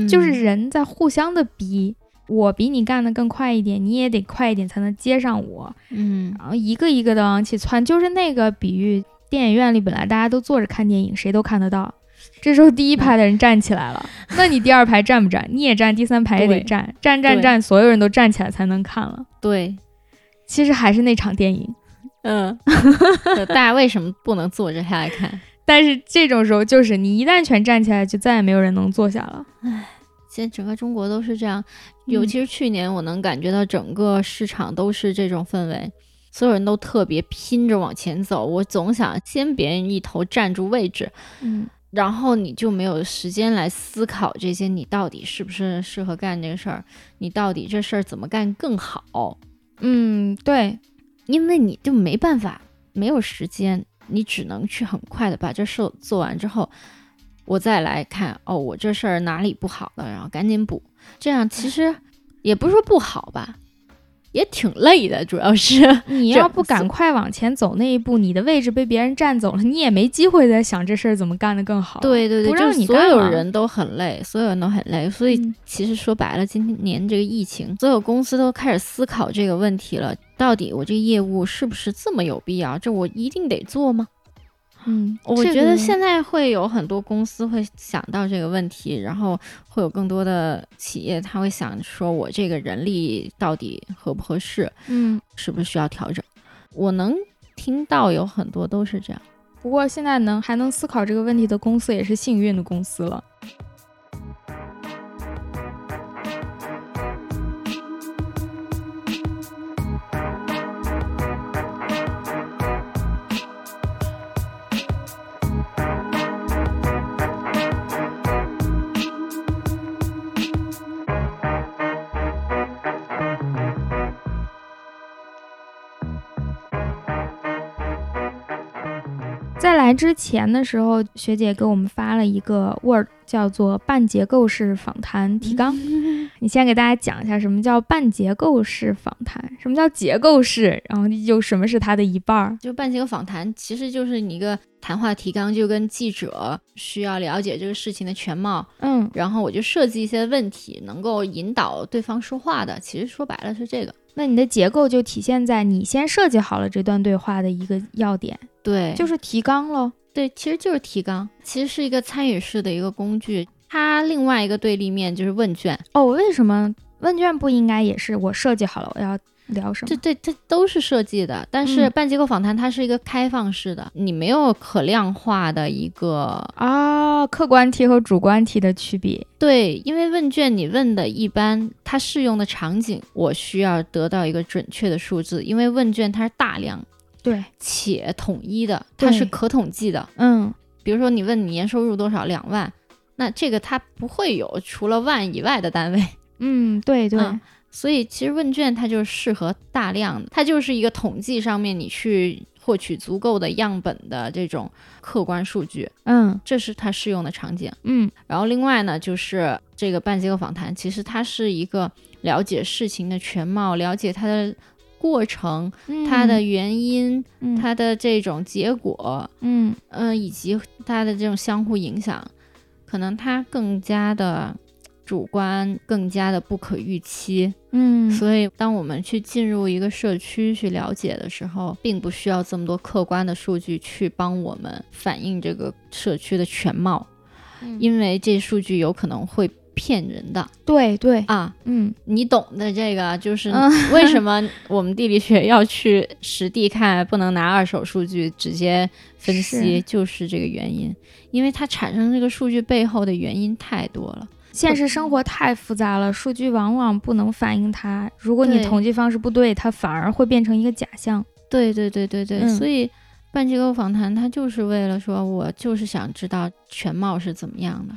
[SPEAKER 1] 就是
[SPEAKER 2] 嗯
[SPEAKER 1] 人在互相的逼。我比你干得更快一点，你也得快一点才能接上我，
[SPEAKER 2] 嗯，
[SPEAKER 1] 然后一个一个的往起窜，就是那个比喻，电影院里本来大家都坐着看电影，谁都看得到。这时候第一排的人站起来了，那你第二排站不站？你也站，第三排也得
[SPEAKER 2] 对
[SPEAKER 1] 站，站站
[SPEAKER 2] 对
[SPEAKER 1] 站，所有人都站起来才能看了。
[SPEAKER 2] 对，
[SPEAKER 1] 其实还是那场电影，
[SPEAKER 2] 嗯， 就大家为什么不能坐着下来看？
[SPEAKER 1] 但是这种时候就是你一旦全站起来，就再也没有人能坐下了。
[SPEAKER 2] 现在整个中国都是这样，尤
[SPEAKER 1] 嗯
[SPEAKER 2] 其是去年，我能感觉到整个市场都是这种氛围，所有人都特别拼着往前走。我总想先别人一头占住位置，
[SPEAKER 1] 嗯，
[SPEAKER 2] 然后你就没有时间来思考这些，你到底是不是适合干这个事儿，你到底这事儿怎么干更好，
[SPEAKER 1] 嗯，对，
[SPEAKER 2] 因为你就没办法，没有时间，你只能去很快的把这事儿做完之后，我再来看哦，我这事儿哪里不好了，然后赶紧补。这样其实也不是说不好吧，也挺累的，主要是
[SPEAKER 1] 你
[SPEAKER 2] 这
[SPEAKER 1] 要不赶快往前走那一步，你的位置被别人占走了，你也没机会再想这事儿怎么干得更好。，
[SPEAKER 2] 对对对，
[SPEAKER 1] 不
[SPEAKER 2] 就
[SPEAKER 1] 让
[SPEAKER 2] 是
[SPEAKER 1] 你
[SPEAKER 2] 所
[SPEAKER 1] 干
[SPEAKER 2] 有
[SPEAKER 1] 了
[SPEAKER 2] 人都很累，所有人都很累，所以
[SPEAKER 1] 嗯
[SPEAKER 2] 其实说白了，今年这个疫情，所有公司都开始思考这个问题了。到底我这个业务是不是这么有必要？这我一定得做吗？
[SPEAKER 1] 嗯，
[SPEAKER 2] 我
[SPEAKER 1] 这
[SPEAKER 2] 觉得
[SPEAKER 1] 个
[SPEAKER 2] 现在会有很多公司会想到这个问题，然后会有更多的企业他会想说，我这个人力到底合不合适，
[SPEAKER 1] 嗯。
[SPEAKER 2] 是不是需要调整？我能听到有很多都是这样。
[SPEAKER 1] 不过现在能还能思考这个问题的公司也是幸运的公司了。在来之前的时候，学姐给我们发了一个 Word，叫做“半结构式访谈提 纲”。你先给大家讲一下什么叫半结构式访谈，什么叫结构式，然后又什么是它的一半儿。
[SPEAKER 2] 就办几个访谈，其实就是你一个谈话提纲，就跟记者需要了解这个事情的全貌，
[SPEAKER 1] 嗯，
[SPEAKER 2] 然后我就设计一些问题，能够引导对方说话的。其实说白了是这个，
[SPEAKER 1] 那你的结构就体现在你先设计好了这段对话的一个要点，
[SPEAKER 2] 对，
[SPEAKER 1] 就是是提纲喽。
[SPEAKER 2] 对，其实就是提纲，其实是一个参与式的一个工具。它另外一个对立面就是问卷，
[SPEAKER 1] 哦，为什么问卷不应该也是我设计好了我要聊什么？
[SPEAKER 2] 对对，它都是设计的。但是
[SPEAKER 1] 嗯
[SPEAKER 2] 半结构访谈它是一个开放式的，你没有可量化的一个
[SPEAKER 1] 啊，客观题和主观题的区别。
[SPEAKER 2] 对，因为问卷你问的一般，它适用的场景，我需要得到一个准确的数字，因为问卷它是大量
[SPEAKER 1] 对，
[SPEAKER 2] 且统一的，它是
[SPEAKER 1] 对
[SPEAKER 2] 可统计的。
[SPEAKER 1] 嗯，
[SPEAKER 2] 比如说你问你年收入多少，两万，那这个它不会有除了万以外的单位，
[SPEAKER 1] 嗯，对对，
[SPEAKER 2] 嗯所以其实问卷它就是适合大量的，它就是一个统计上面你去获取足够的样本的这种客观数据，
[SPEAKER 1] 嗯
[SPEAKER 2] 这是它适用的场景。
[SPEAKER 1] 嗯
[SPEAKER 2] 然后另外呢，就是这个半结构访谈，其实它是一个了解事情的全貌，了解它的过程、
[SPEAKER 1] 嗯，
[SPEAKER 2] 它的原因、
[SPEAKER 1] 嗯
[SPEAKER 2] 它的这种结果，
[SPEAKER 1] 嗯
[SPEAKER 2] 嗯、以及它的这种相互影响，可能它更加的主观，更加的不可预期。
[SPEAKER 1] 嗯，
[SPEAKER 2] 所以，当我们去进入一个社区去了解的时候，并不需要这么多客观的数据去帮我们反映这个社区的全貌。
[SPEAKER 1] 嗯
[SPEAKER 2] 因为这数据有可能会骗人的
[SPEAKER 1] 对对，
[SPEAKER 2] 啊，
[SPEAKER 1] 嗯
[SPEAKER 2] 你懂的这个就是
[SPEAKER 1] 嗯
[SPEAKER 2] 为什么我们地理学要去实地看，不能拿二手数据直接分析，
[SPEAKER 1] 是
[SPEAKER 2] 就是这个原因，因为它产生这个数据背后的原因太多了。
[SPEAKER 1] 现实生活太复杂了，数据往往不能反映它。如果你
[SPEAKER 2] 对
[SPEAKER 1] 统计方式不对，嗯它反而会变成一个假象。
[SPEAKER 2] 对对对对对，
[SPEAKER 1] 嗯
[SPEAKER 2] 所以办机构访谈，它就是为了说我就是想知道全貌是怎么样的，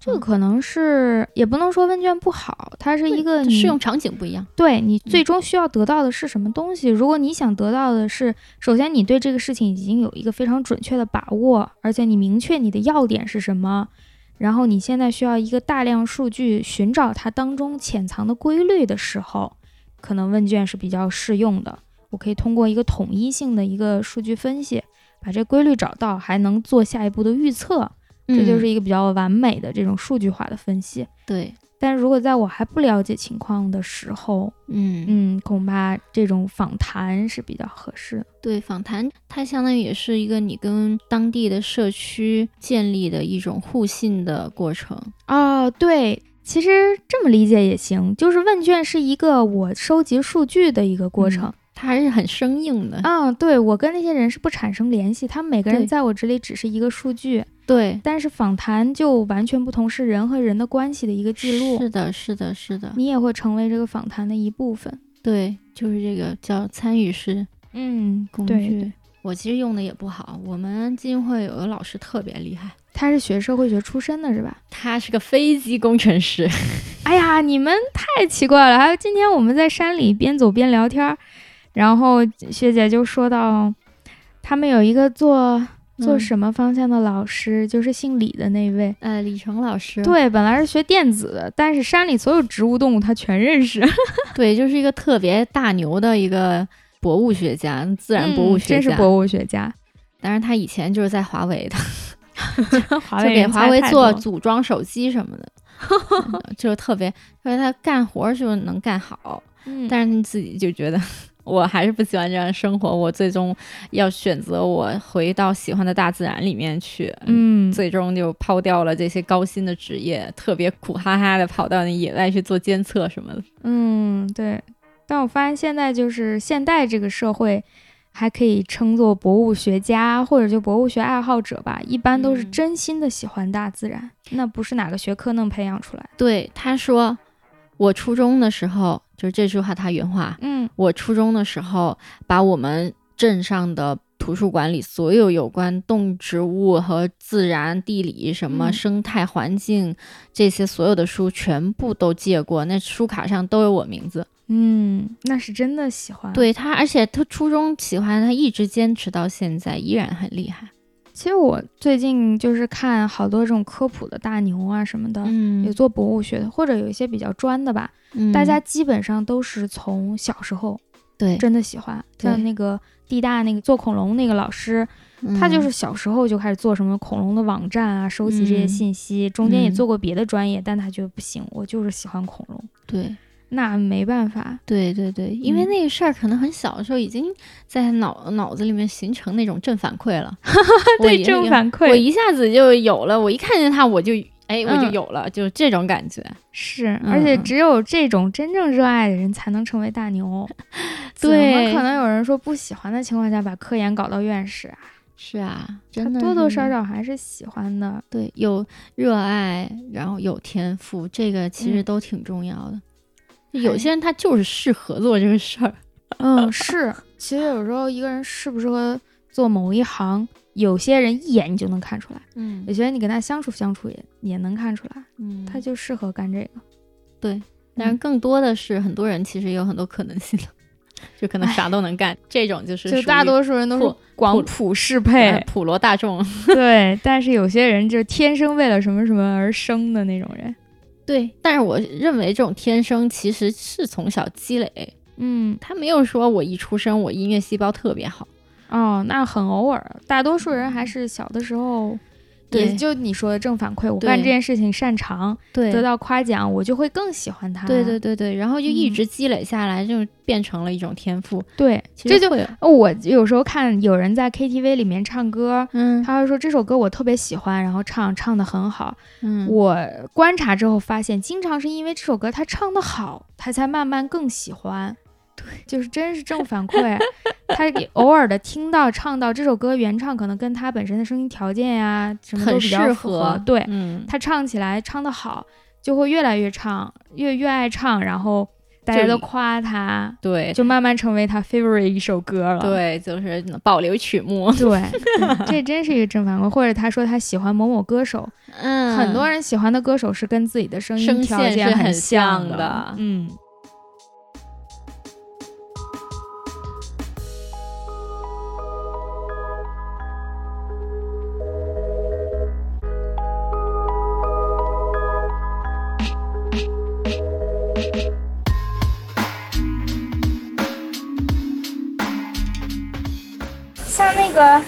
[SPEAKER 1] 这个可能是也不能说问卷不好，它是一个你
[SPEAKER 2] 适用场景不一样。
[SPEAKER 1] 对你最终需要得到的是什么东西。如果你想得到的是，首先你对这个事情已经有一个非常准确的把握，而且你明确你的要点是什么，然后你现在需要一个大量数据寻找它当中潜藏的规律的时候，可能问卷是比较适用的。我可以通过一个统一性的一个数据分析，把这规律找到，还能做下一步的预测，这就
[SPEAKER 2] 嗯
[SPEAKER 1] 是一个比较完美的这种数据化的分析。
[SPEAKER 2] 对，
[SPEAKER 1] 但如果在我还不了解情况的时候，
[SPEAKER 2] 嗯
[SPEAKER 1] 嗯，恐怕这种访谈是比较合适的。
[SPEAKER 2] 对，访谈它相当于也是一个你跟当地的社区建立的一种互信的过程。
[SPEAKER 1] 啊、对，其实这么理解也行，就是问卷是一个我收集数据的一个过程。
[SPEAKER 2] 它还是很生硬的，
[SPEAKER 1] 啊、对我跟那些人是不产生联系，他们每个人
[SPEAKER 2] 嗯对
[SPEAKER 1] 在我这里只是一个数据，
[SPEAKER 2] 对，
[SPEAKER 1] 但是访谈就完全不同，是人和人的关系的一个记录，
[SPEAKER 2] 是的，是的，是的，
[SPEAKER 1] 你也会成为这个访谈的一部分。
[SPEAKER 2] 对，就是这个叫参与式
[SPEAKER 1] 嗯，
[SPEAKER 2] 工
[SPEAKER 1] 对，
[SPEAKER 2] 具。我其实用的也不好，我们基金会有个老师特别厉害，
[SPEAKER 1] 他是学社会学出身的，是吧？
[SPEAKER 2] 他是个飞机工程师。
[SPEAKER 1] 哎呀，你们太奇怪了！还有今天我们在山里边走边聊天，儿，然后学姐就说到，他们有一个做做
[SPEAKER 2] 嗯
[SPEAKER 1] 什么方向的老师，就是姓李的那位。
[SPEAKER 2] 呃，李成老师，
[SPEAKER 1] 对，本来是学电子的，但是山里所有植物动物他全认识，
[SPEAKER 2] 对，就是一个特别大牛的一个博物学家，自然博物学
[SPEAKER 1] 真
[SPEAKER 2] 家。
[SPEAKER 1] 嗯是博物学家。
[SPEAKER 2] 当然，他以前就是在华为的。
[SPEAKER 1] 华
[SPEAKER 2] 就
[SPEAKER 1] 为
[SPEAKER 2] 给
[SPEAKER 1] 人
[SPEAKER 2] 华
[SPEAKER 1] 才
[SPEAKER 2] 为
[SPEAKER 1] 太
[SPEAKER 2] 做
[SPEAKER 1] 多了
[SPEAKER 2] 组装手机什 么的，嗯就是特别，就是他干活儿就能干好，
[SPEAKER 1] 嗯，
[SPEAKER 2] 但是他自己就觉得 我还是不喜欢这样的生活，我最终要选择我回到喜欢的大自然里面去，，
[SPEAKER 1] 嗯，
[SPEAKER 2] 最终就抛掉了这些高薪的职业，特别苦哈哈的跑到那野外去做监测什么的，
[SPEAKER 1] 嗯，对。但我发现现在就是现代这个社会，还可以称作博物学家或者就博物学爱好者吧，一般都是
[SPEAKER 2] 嗯
[SPEAKER 1] 真心的喜欢大自然，那不是哪个学科能培养出来的。
[SPEAKER 2] 对，他说，我初中的时候，就是这句话他原话，
[SPEAKER 1] 嗯
[SPEAKER 2] 我初中的时候，把我们镇上的图书馆里所有有关动植物和自然、地理、什么
[SPEAKER 1] 嗯
[SPEAKER 2] 生态环境、这些所有的书全部都借过，那书卡上都有我名字。
[SPEAKER 1] 嗯，那是真的喜欢。
[SPEAKER 2] 对他，而且他初中喜欢他，一直坚持到现在，依然很厉害。
[SPEAKER 1] 其实我最近就是看好多这种科普的大牛啊什么的，有
[SPEAKER 2] 嗯，
[SPEAKER 1] 做博物学的，或者有一些比较专的吧，
[SPEAKER 2] 嗯
[SPEAKER 1] 大家基本上都是从小时候
[SPEAKER 2] 对，
[SPEAKER 1] 真的喜欢，
[SPEAKER 2] 对
[SPEAKER 1] 像那个地大那个做恐龙那个老师，他
[SPEAKER 2] 嗯
[SPEAKER 1] 就是小时候就开始做什么恐龙的网站啊，收集这些
[SPEAKER 2] 嗯
[SPEAKER 1] 信息，中间也
[SPEAKER 2] 嗯
[SPEAKER 1] 做过别的专业，但他觉得不行，我就是喜欢恐龙，
[SPEAKER 2] 对。
[SPEAKER 1] 那没办法，
[SPEAKER 2] 对对对，因为
[SPEAKER 1] 嗯。
[SPEAKER 2] 那个事儿可能很小的时候已经在他脑脑子里面形成那种正反馈了 我
[SPEAKER 1] 对
[SPEAKER 2] 一
[SPEAKER 1] 正反
[SPEAKER 2] 我
[SPEAKER 1] 馈
[SPEAKER 2] 一下子就有了，我一看见他我就哎我就
[SPEAKER 1] 嗯
[SPEAKER 2] 有了，就这种感觉。
[SPEAKER 1] 是，
[SPEAKER 2] 嗯
[SPEAKER 1] 而且
[SPEAKER 2] 嗯
[SPEAKER 1] 只有这种真正热爱的人才能成为大 牛，怎么
[SPEAKER 2] 对
[SPEAKER 1] 可能有人说不喜欢的情况下把科研搞到院士啊？
[SPEAKER 2] 是啊，
[SPEAKER 1] 他
[SPEAKER 2] 真的
[SPEAKER 1] 多多
[SPEAKER 2] 是
[SPEAKER 1] 少少还是喜欢 的，
[SPEAKER 2] 对有热爱，然后有天赋，这个其实
[SPEAKER 1] 嗯
[SPEAKER 2] 都挺重要的。有
[SPEAKER 1] 哎
[SPEAKER 2] 些人他就是适合做这个 事儿，
[SPEAKER 1] 嗯，是。其实有时候一个人适不适合做某一行，有些人一眼你就能看出来，
[SPEAKER 2] 嗯
[SPEAKER 1] 有些人你跟他相处相处也也能看出来，
[SPEAKER 2] 嗯，
[SPEAKER 1] 他就适合干这个。
[SPEAKER 2] 但
[SPEAKER 1] 嗯
[SPEAKER 2] 是更多的是很多人其实有很多可能性的， 就可能啥都能干。这种就是
[SPEAKER 1] 就
[SPEAKER 2] 属
[SPEAKER 1] 大
[SPEAKER 2] 于
[SPEAKER 1] 多数人都是
[SPEAKER 2] 普
[SPEAKER 1] 广
[SPEAKER 2] 普
[SPEAKER 1] 普适
[SPEAKER 2] 呃
[SPEAKER 1] 配，
[SPEAKER 2] 普罗大众。
[SPEAKER 1] 对。但是有些人就是天生为了什么什么而生的那种人，
[SPEAKER 2] 对，但是我认为这种天生其实是从小积累，
[SPEAKER 1] 嗯，
[SPEAKER 2] 他没有说我一出生我音乐细胞特别好。
[SPEAKER 1] 哦，那很偶尔，大多数人还是小的时候。
[SPEAKER 2] 对
[SPEAKER 1] 也就你说的正反馈，我干这
[SPEAKER 2] 对
[SPEAKER 1] 件事情擅长，
[SPEAKER 2] 对
[SPEAKER 1] 得到夸奖，我就会更喜欢它。
[SPEAKER 2] 对对对对，然后就一
[SPEAKER 1] 嗯
[SPEAKER 2] 直积累下来，就变成了一种天赋。
[SPEAKER 1] 对，
[SPEAKER 2] 其
[SPEAKER 1] 这
[SPEAKER 2] 实
[SPEAKER 1] 就
[SPEAKER 2] 会有
[SPEAKER 1] 哦我有时候看有人在 KTV 里面唱歌，
[SPEAKER 2] 嗯
[SPEAKER 1] 他会说这首歌我特别喜欢，然后唱唱的很好。
[SPEAKER 2] 嗯
[SPEAKER 1] 我观察之后发现，经常是因为这首歌他唱的好，他才慢慢更喜欢。对，就是真是正反馈。 他也偶尔的听到唱到这首歌原唱，可能跟他本身的声音条件呀、什么都
[SPEAKER 2] 很
[SPEAKER 1] 比较
[SPEAKER 2] 适
[SPEAKER 1] 符
[SPEAKER 2] 合
[SPEAKER 1] 对，
[SPEAKER 2] 嗯，
[SPEAKER 1] 他唱起来唱的好，就会越来越唱，越越爱唱，然后大
[SPEAKER 2] 就
[SPEAKER 1] 家都
[SPEAKER 2] 一
[SPEAKER 1] 夸他，
[SPEAKER 2] 对
[SPEAKER 1] 就慢慢成为他 favorite 一首歌了。
[SPEAKER 2] 对，就是保留曲目。
[SPEAKER 1] 对，对这真是一个正反馈。或者他说他喜欢某某歌手，
[SPEAKER 2] 嗯，
[SPEAKER 1] 很多人喜欢的歌手是跟自己的声音
[SPEAKER 2] 声
[SPEAKER 1] 条
[SPEAKER 2] 线
[SPEAKER 1] 件
[SPEAKER 2] 是很
[SPEAKER 1] 像
[SPEAKER 2] 像的
[SPEAKER 1] 嗯。
[SPEAKER 3] 像那个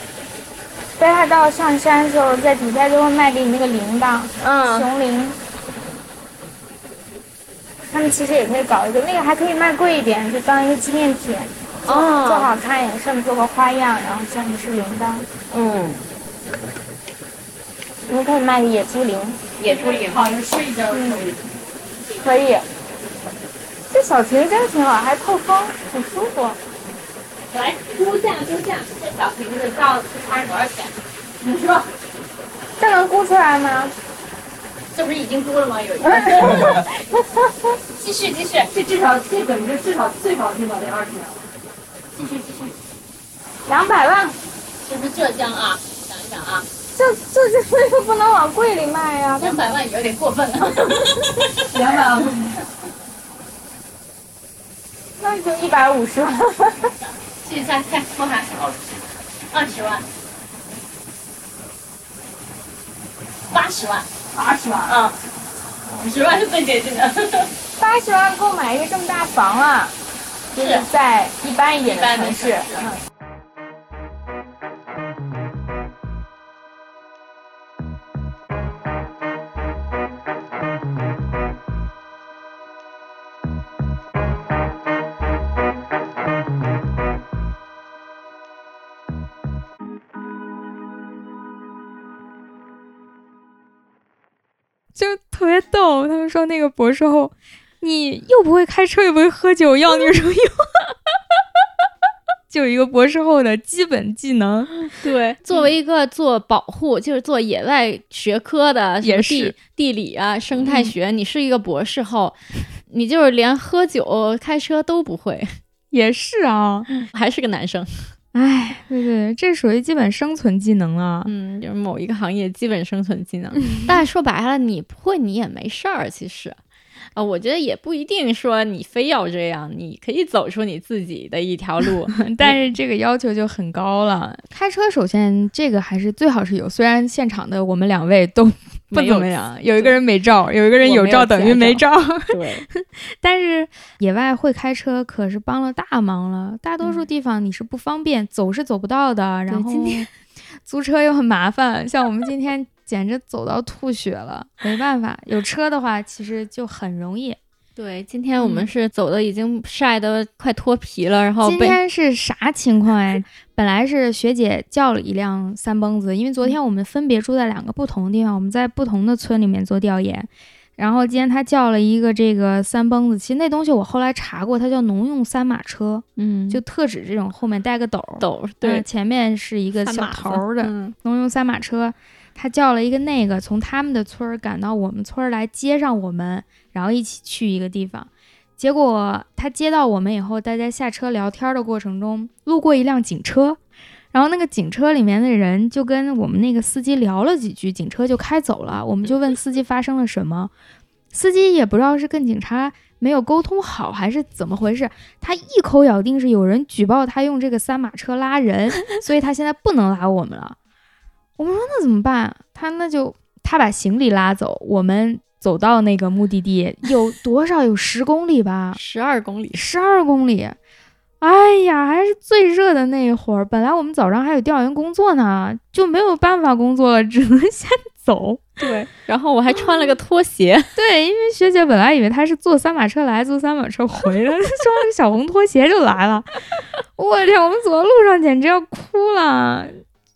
[SPEAKER 3] 北海道上山的时候，在底下就会卖给你那个铃铛，
[SPEAKER 4] 嗯，
[SPEAKER 3] 熊铃。他们其实也可以搞一个，那个还可以卖贵一点，就当一个纪念品，做
[SPEAKER 4] 哦，
[SPEAKER 3] 好看一点，上面做个花样，然后像你是铃铛，
[SPEAKER 4] 嗯，
[SPEAKER 3] 你们可以卖个野猪铃，
[SPEAKER 4] 野猪嗯林，
[SPEAKER 3] 可以。这小瓶真挺好，还透风，很舒服。
[SPEAKER 4] 来估价估价，这小瓶子到底花多少钱？你说
[SPEAKER 3] 这能估出来吗？
[SPEAKER 4] 这不是已经估了吗？有一个， 继续继续，这至少这等于至少最少最少得二十秒，继续继续，
[SPEAKER 3] 两百万，
[SPEAKER 4] 这是浙江啊，想一想啊，
[SPEAKER 3] 这这这这个不能往柜里卖呀、
[SPEAKER 4] 两百万有点过分啊了，两百万，
[SPEAKER 3] 那就一百五十万。
[SPEAKER 4] 这下再多还少了，二十万，八十万，八十万，啊，五十万是最接近的。
[SPEAKER 3] 八十万购买一个这么大房啊，就是
[SPEAKER 4] 是
[SPEAKER 3] 在一般一点
[SPEAKER 4] 一般的
[SPEAKER 3] 城市。
[SPEAKER 4] 城市
[SPEAKER 3] 嗯
[SPEAKER 1] 就特别逗。他们说那个博士后，你又不会开车，又不会喝酒，要女朋友， 就一个博士后的基本技能。
[SPEAKER 2] 对，作
[SPEAKER 1] 嗯
[SPEAKER 2] 为一个做保护，就是做野外学科的，什么
[SPEAKER 1] 也
[SPEAKER 2] 地
[SPEAKER 1] 是嗯
[SPEAKER 2] 地理啊、生态学，你是一个博士 后，你就是连喝酒、开车都不会，
[SPEAKER 1] 也是啊，
[SPEAKER 2] 还是个男生。
[SPEAKER 1] 哎，对对对，这属于基本生存技能啊了。
[SPEAKER 2] 嗯，就是嗯某一个行业基本生存技能。但是说白了，你不会你也没事儿，其实。啊，我觉得也不一定说你非要这样，你可以走出你自己的一条 路。
[SPEAKER 1] 但是这个要求就很高了。嗯开车首先这个还是最好是有，虽然现场的我们两位都不
[SPEAKER 2] 没
[SPEAKER 1] 怎
[SPEAKER 2] 有
[SPEAKER 1] 么样，有一个人没照，有一个人
[SPEAKER 2] 我
[SPEAKER 1] 有
[SPEAKER 2] 没有
[SPEAKER 1] 照等于
[SPEAKER 2] 驾
[SPEAKER 1] 没照
[SPEAKER 2] 照。对，
[SPEAKER 1] 但是野外会开车可是帮了大忙了，大多数地方你是不方便，走是走不到的，然后
[SPEAKER 2] 今
[SPEAKER 1] 租车又很麻烦，像我们今天简直走到吐血了，没办法，有车的话其实就很容易。
[SPEAKER 2] 对，今天我
[SPEAKER 1] 嗯
[SPEAKER 2] 们是走的已经晒得快脱皮了，然后
[SPEAKER 1] 今
[SPEAKER 2] 被
[SPEAKER 1] 天是啥情况哎？ 本来是学姐叫了一辆三蹦子，因为昨天我们分别住在两个不同的地方，我们在不同的村里面做调研。然后今天她叫了一个这个三蹦子，其实那东西我后来查过，它叫农用三马车，
[SPEAKER 2] 嗯
[SPEAKER 1] 就特指这种后面带个斗儿，
[SPEAKER 2] 抖
[SPEAKER 1] 呃
[SPEAKER 2] 对
[SPEAKER 1] 前面是一个
[SPEAKER 2] 看
[SPEAKER 1] 小
[SPEAKER 2] 马子
[SPEAKER 1] 头儿的
[SPEAKER 2] 嗯，
[SPEAKER 1] 农用三马车。她叫了一个那个从他们的村儿赶到我们村儿来接上我们，然后一起去一个地方。结果他接到我们以后，大家下车聊天的过程中，路过一辆警车，然后那个警车里面的人就跟我们那个司机聊了几句，警车就开走了。我们就问司机发生了什么，司机也不知道是跟警察没有沟通好还是怎么回事，他一口咬定是有人举报他用这个三马车拉人，所以他现在不能拉我们了。我们说那怎么办？他那就他把行李拉走，我们走到那个目的地有多少？有十公里吧
[SPEAKER 2] 啊十二公里，
[SPEAKER 1] 十二公里。哎呀，还是最热的那一会儿。本来我们早上还有调研工作呢，就没有办法工作了，只能 先走。
[SPEAKER 2] 对，然后我还穿 了个拖鞋，
[SPEAKER 1] 对，因为学姐本来以为她是坐三马车来，坐三马车回来， 穿了个小红拖鞋就来了。我天，我们走到路上简直要哭了，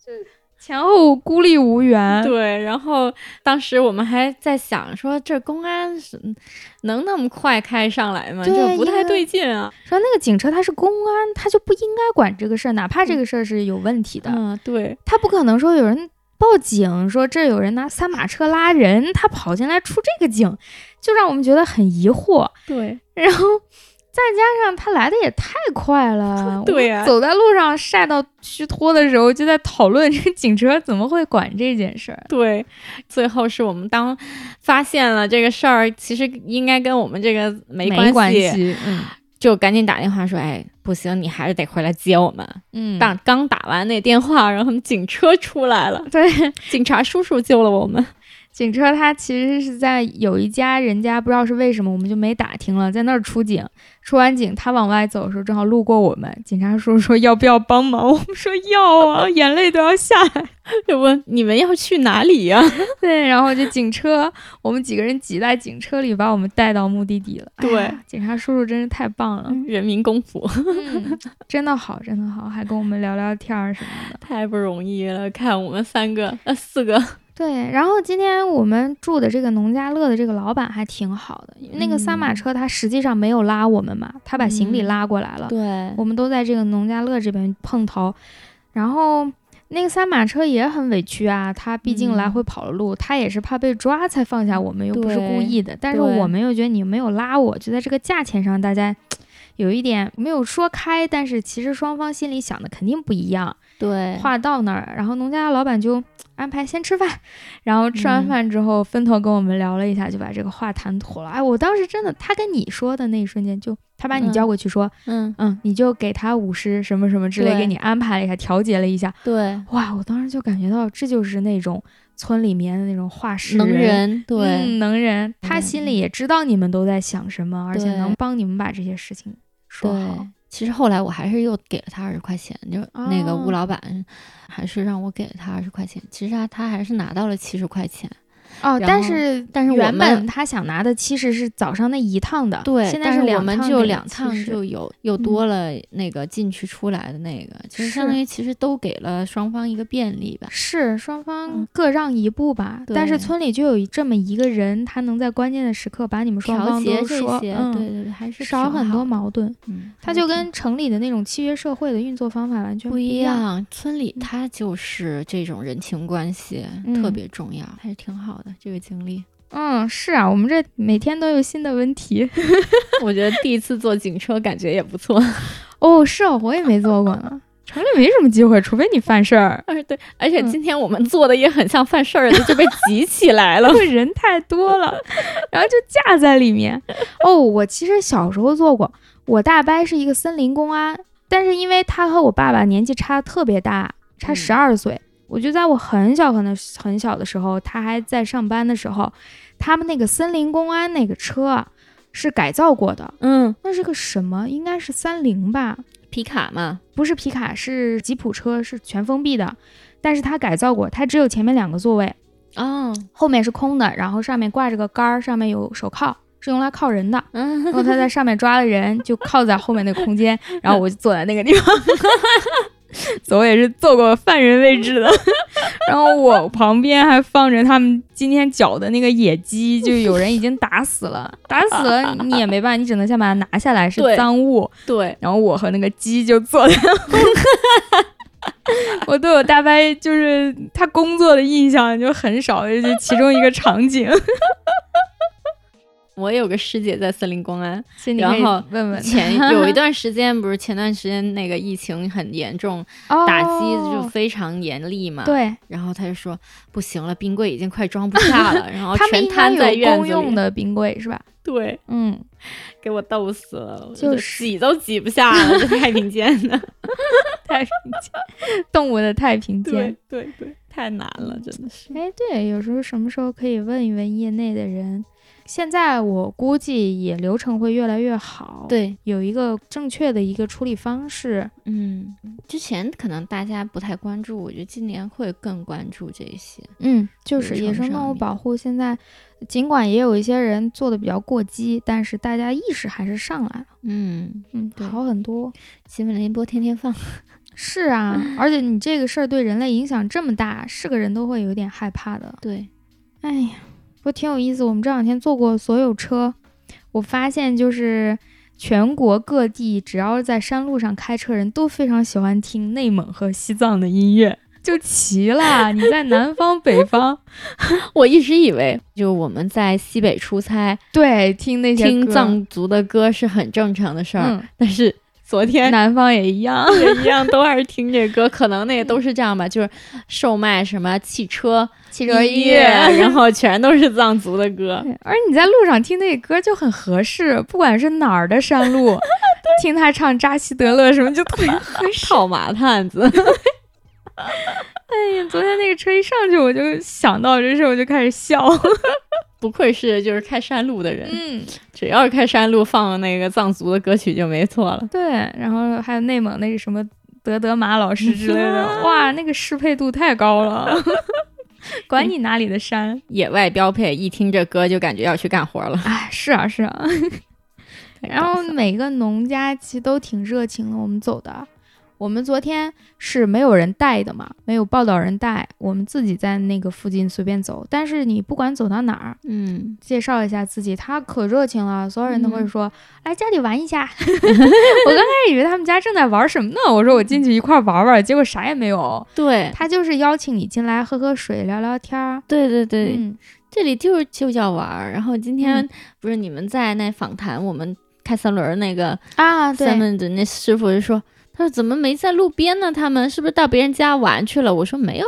[SPEAKER 1] 这前后孤立无援。
[SPEAKER 2] 对，然后当时我们还在想说，这公安是能那么快开上来吗？
[SPEAKER 1] 对
[SPEAKER 2] 这不
[SPEAKER 1] 因
[SPEAKER 2] 太
[SPEAKER 1] 为
[SPEAKER 2] 对劲啊。
[SPEAKER 1] 说那个警车他是公安，他就不应该管这个事儿，哪怕这个事儿是有问题的，
[SPEAKER 2] 嗯，对，
[SPEAKER 1] 他不可能说有人报警说这有人拿三马车拉人，他跑进来出这个警，就让我们觉得很疑惑。
[SPEAKER 2] 对，，
[SPEAKER 1] 然后再加上他来的也太快了
[SPEAKER 2] 对
[SPEAKER 1] 我
[SPEAKER 2] 呀
[SPEAKER 1] 们走在路上晒到虚脱的时候，就在讨论这个警车怎么会管这件事儿。
[SPEAKER 2] 对，最后是我们当发现了这个事儿，其实应该跟我们这个没关系，
[SPEAKER 1] 关系，嗯
[SPEAKER 2] 就赶紧打电话说，哎，不行，你还是得回来接我们。
[SPEAKER 1] 嗯，
[SPEAKER 2] 当、刚打完那电话，然后警车出来了，
[SPEAKER 1] 对。
[SPEAKER 2] 警察叔叔救了我们。
[SPEAKER 1] 警车它其实是在有一家人家，不知道是为什么，我们就没打听了，在那儿出警。出完警，他往外走的时候，正好路过我们，警察叔叔说要不要帮忙，我们说要啊，眼泪都要下来。
[SPEAKER 2] 就问你们要去哪里呀、
[SPEAKER 1] 对，然后就警车，我们几个人挤在警车里，把我们带到目的地了。哎呀警察叔叔真是太棒了，
[SPEAKER 2] 人民公仆
[SPEAKER 1] 嗯，真的好，真的好，还跟我们聊聊天儿什么的。
[SPEAKER 2] 太不容易了，看我们三个呃四个，
[SPEAKER 1] 对，然后今天我们住的这个农家乐的这个老板还挺好的，因为那个三马
[SPEAKER 2] 嗯
[SPEAKER 1] 车他实际上没有拉我们嘛，他把行李
[SPEAKER 2] 嗯
[SPEAKER 1] 拉过来了，
[SPEAKER 2] 对
[SPEAKER 1] 我们都在这个农家乐这边碰头，然后。那个三马车也很委屈啊，他毕竟来
[SPEAKER 2] 嗯
[SPEAKER 1] 回跑了路，他也是怕被抓才放下我们，又不是故
[SPEAKER 2] 对
[SPEAKER 1] 意的。但是
[SPEAKER 2] 对
[SPEAKER 1] 我们又觉得你没有拉我，就在这个价钱上，大家有一点没有说开，但是其实双方心里想的肯定不一样。
[SPEAKER 2] 对
[SPEAKER 1] 话到那儿，然后农家老板就安排先吃饭，然后吃完
[SPEAKER 2] 嗯
[SPEAKER 1] 饭之后，分头跟我们聊了一下，就把这个话谈妥了。哎，我当时真的，他跟你说的那一瞬间就，他把你
[SPEAKER 2] 嗯
[SPEAKER 1] 叫过去说，
[SPEAKER 2] 嗯
[SPEAKER 1] 嗯你就给他五十什么什么之类，
[SPEAKER 2] 对
[SPEAKER 1] 给你安排了一下，调节了一下。
[SPEAKER 2] 对，
[SPEAKER 1] 哇，我当时就感觉到，这就是那种村里面的那种画室
[SPEAKER 2] 能人对、
[SPEAKER 1] 嗯能人，他
[SPEAKER 2] 对
[SPEAKER 1] 心里也知道你们都在想什么，而且
[SPEAKER 2] 对
[SPEAKER 1] 能帮你们把这些事情说好
[SPEAKER 2] 对。。其实后来我还是又给了他二十块钱，就那个
[SPEAKER 1] 哦
[SPEAKER 2] 吴老板还是让我给了他二十块钱。其实他他还是拿到了七十块钱，
[SPEAKER 1] 哦，
[SPEAKER 2] 然
[SPEAKER 1] 但
[SPEAKER 2] 后
[SPEAKER 1] 是
[SPEAKER 2] 但是我
[SPEAKER 1] 原本
[SPEAKER 2] 们
[SPEAKER 1] 他想拿的其实是早上那一趟的，
[SPEAKER 2] 对，
[SPEAKER 1] 现在
[SPEAKER 2] 但是我
[SPEAKER 1] 两
[SPEAKER 2] 们
[SPEAKER 1] 趟
[SPEAKER 2] 就
[SPEAKER 1] 的
[SPEAKER 2] 两趟
[SPEAKER 1] 70
[SPEAKER 2] 就有嗯又多了那个进去出来的那个，就是相
[SPEAKER 1] 是
[SPEAKER 2] 当于其实都给了双方一个便利吧。
[SPEAKER 1] 是双方
[SPEAKER 2] 嗯
[SPEAKER 1] 各让一步吧，但是
[SPEAKER 2] 对
[SPEAKER 1] 村里就有这么一个人，他能在关键的时刻把你们双
[SPEAKER 2] 调
[SPEAKER 1] 方
[SPEAKER 2] 节
[SPEAKER 1] 都
[SPEAKER 2] 这
[SPEAKER 1] 说，
[SPEAKER 2] 些，
[SPEAKER 1] 嗯，
[SPEAKER 2] 对对对，还是
[SPEAKER 1] 少
[SPEAKER 2] 挺
[SPEAKER 1] 很
[SPEAKER 2] 好
[SPEAKER 1] 多
[SPEAKER 2] 的，
[SPEAKER 1] 矛盾。
[SPEAKER 2] 嗯，
[SPEAKER 1] 它
[SPEAKER 2] 还
[SPEAKER 1] 就是
[SPEAKER 2] 挺
[SPEAKER 1] 跟城里的那种契约社会的运作方法完全
[SPEAKER 2] 不
[SPEAKER 1] 一
[SPEAKER 2] 一
[SPEAKER 1] 样。
[SPEAKER 2] 样，嗯村里它就是这种人情关系、特
[SPEAKER 1] 嗯
[SPEAKER 2] 别重要，还是挺好的这个经 历。
[SPEAKER 1] 嗯，是啊，我们这每天都有新的问题。
[SPEAKER 2] 我觉得第一次坐警车感觉也不错。
[SPEAKER 1] 哦，是哦，我也没做过呢。 城里没什么机会，除非你犯事儿。
[SPEAKER 2] 而对，而且今天我们做的也很像犯事儿的，就被集起来了
[SPEAKER 1] 因。为人太多了，然后就架在里面。哦，我其实小时候做过，我大伯是一个森林公安，但是因为他和我爸爸年纪差特别大，差
[SPEAKER 2] 嗯
[SPEAKER 1] 十二岁，我就在我很小很很小的时候，他还在上班的时候，他们那个森林公安那个车啊是改造过的，
[SPEAKER 2] 嗯，
[SPEAKER 1] 那是个什么？应该是三菱吧。
[SPEAKER 2] 皮卡嘛，
[SPEAKER 1] 不是皮卡，是吉普车，是全封闭的，但是它改造过，它只有前面两个座位，
[SPEAKER 2] 哦，
[SPEAKER 1] 后面是空的，然后上面挂着个杆儿，上面有手铐，是用来铐人的。
[SPEAKER 2] 嗯
[SPEAKER 1] 然后他在上面抓了人，就铐在后面那个空间，然后我就坐在那个地方。所以也是坐过犯人位置的，然后我旁边还放着他们今天绞的那个野鸡，就有人已经打死了，打死了你也没办法，你只能先把它拿下来，是
[SPEAKER 2] 对
[SPEAKER 1] 赃物。
[SPEAKER 2] 对，
[SPEAKER 1] 然后我和那个鸡就坐在。我对我大伯就是他工作的印象就很少，就其中一个场景，
[SPEAKER 2] 我有个师姐在森林公 安，
[SPEAKER 1] 所以
[SPEAKER 2] 你可以
[SPEAKER 1] 问问
[SPEAKER 2] 前 有一段时间不是前段时间那个疫情很严重，打击
[SPEAKER 1] 哦
[SPEAKER 2] 就非常严厉嘛。。
[SPEAKER 1] 对
[SPEAKER 2] 然后他就说不行了，冰柜已经快装不下了，然后
[SPEAKER 1] 他们
[SPEAKER 2] 全
[SPEAKER 1] 应该
[SPEAKER 2] 摊在
[SPEAKER 1] 有
[SPEAKER 2] 院
[SPEAKER 1] 公
[SPEAKER 2] 子
[SPEAKER 1] 用
[SPEAKER 2] 里。
[SPEAKER 1] 的冰柜是吧？
[SPEAKER 2] 对，
[SPEAKER 1] 嗯，
[SPEAKER 2] 给我逗死了，我
[SPEAKER 1] 就
[SPEAKER 2] 觉得
[SPEAKER 1] 是
[SPEAKER 2] 挤都挤不下了，这太平间的。
[SPEAKER 1] 太平间，动物的太平 间。
[SPEAKER 2] 对对，太难了，真的是。
[SPEAKER 1] 哎，对，有时候什么时候可以问一问业内的人。现在我估计也流程会越来越好，，
[SPEAKER 2] 对，
[SPEAKER 1] 有一个正确的一个处理方式。
[SPEAKER 2] 嗯，之前可能大家不太关注，我觉得今年会更关注这些。
[SPEAKER 1] 嗯，就
[SPEAKER 2] 流
[SPEAKER 1] 是
[SPEAKER 2] 程
[SPEAKER 1] 野生
[SPEAKER 2] 上
[SPEAKER 1] 动物
[SPEAKER 2] 面
[SPEAKER 1] 保护现在，尽管也有一些人做的比较过激，但是大家意识还是上来了，
[SPEAKER 2] 嗯，
[SPEAKER 1] 嗯，
[SPEAKER 2] 对
[SPEAKER 1] 好很多。
[SPEAKER 2] 新闻联播天天放。
[SPEAKER 1] 是啊， 而且你这个事儿对人类影响这么大，是个人都会有点害怕的。
[SPEAKER 2] 对，
[SPEAKER 1] 哎呀，不过挺有意思。我们这两天坐过所有车，我发现就是全国各地，只要是在山路上开车人都非常喜欢听内蒙和西藏的音乐，就齐了。你在南方、北 方，
[SPEAKER 2] 我一直以为就我们在西北出差，
[SPEAKER 1] 对，听那些
[SPEAKER 2] 听
[SPEAKER 1] 歌
[SPEAKER 2] 藏族的歌是很正常的事儿，
[SPEAKER 1] 嗯，
[SPEAKER 2] 但是昨天。
[SPEAKER 1] 南方也一样。
[SPEAKER 2] 一样都是听这歌，可能那都是这样吧，就是售卖什么汽车、
[SPEAKER 1] 汽
[SPEAKER 2] 音乐，然后全都是藏族的歌。
[SPEAKER 1] 而你在路上听那歌就很合适，不管是哪儿的山路，听他唱扎西德勒什么就特别合适。
[SPEAKER 2] 套马探子，
[SPEAKER 1] 哎呀，昨天那个车一上去，我就想到这事，我就开始笑。
[SPEAKER 2] 不愧是就是开山路的人，
[SPEAKER 1] 嗯，
[SPEAKER 2] 只要是开山路放那个藏族的歌曲就没错了。
[SPEAKER 1] 对，然后还有内蒙那个什么德德玛老师之类的，哇，那个适配度太高了，管你哪里的山。
[SPEAKER 2] 野外标配，一听这歌就感觉要去干活了。
[SPEAKER 1] 哎，是啊，是啊。然后
[SPEAKER 2] 搞笑
[SPEAKER 1] 每个农家其实都挺热情的，我们走的。我们昨天是没有人带的嘛，没有报道人带，我们自己在那个附近随便走。但是你不管走到哪儿，
[SPEAKER 2] 嗯，
[SPEAKER 1] 介绍一下自己，他可热情了，所有人都会
[SPEAKER 2] 嗯
[SPEAKER 1] 说：“来家里玩一下。” 我刚开始以为他们家正在玩什么呢，我说我进去一块儿玩玩，结果啥也没有。
[SPEAKER 2] 对，
[SPEAKER 1] 他就是邀请你进来喝喝水、聊聊天儿。
[SPEAKER 2] 对对对，
[SPEAKER 1] 嗯，
[SPEAKER 2] 这里就是就叫玩儿。然后今天、
[SPEAKER 1] 嗯
[SPEAKER 2] 不是你们在那访谈我们开三轮儿那个
[SPEAKER 1] 啊，对，
[SPEAKER 2] 三轮的那师傅就说。他说：“怎么没在路边呢？他们是不是到别人家玩去了？”我说：“没有，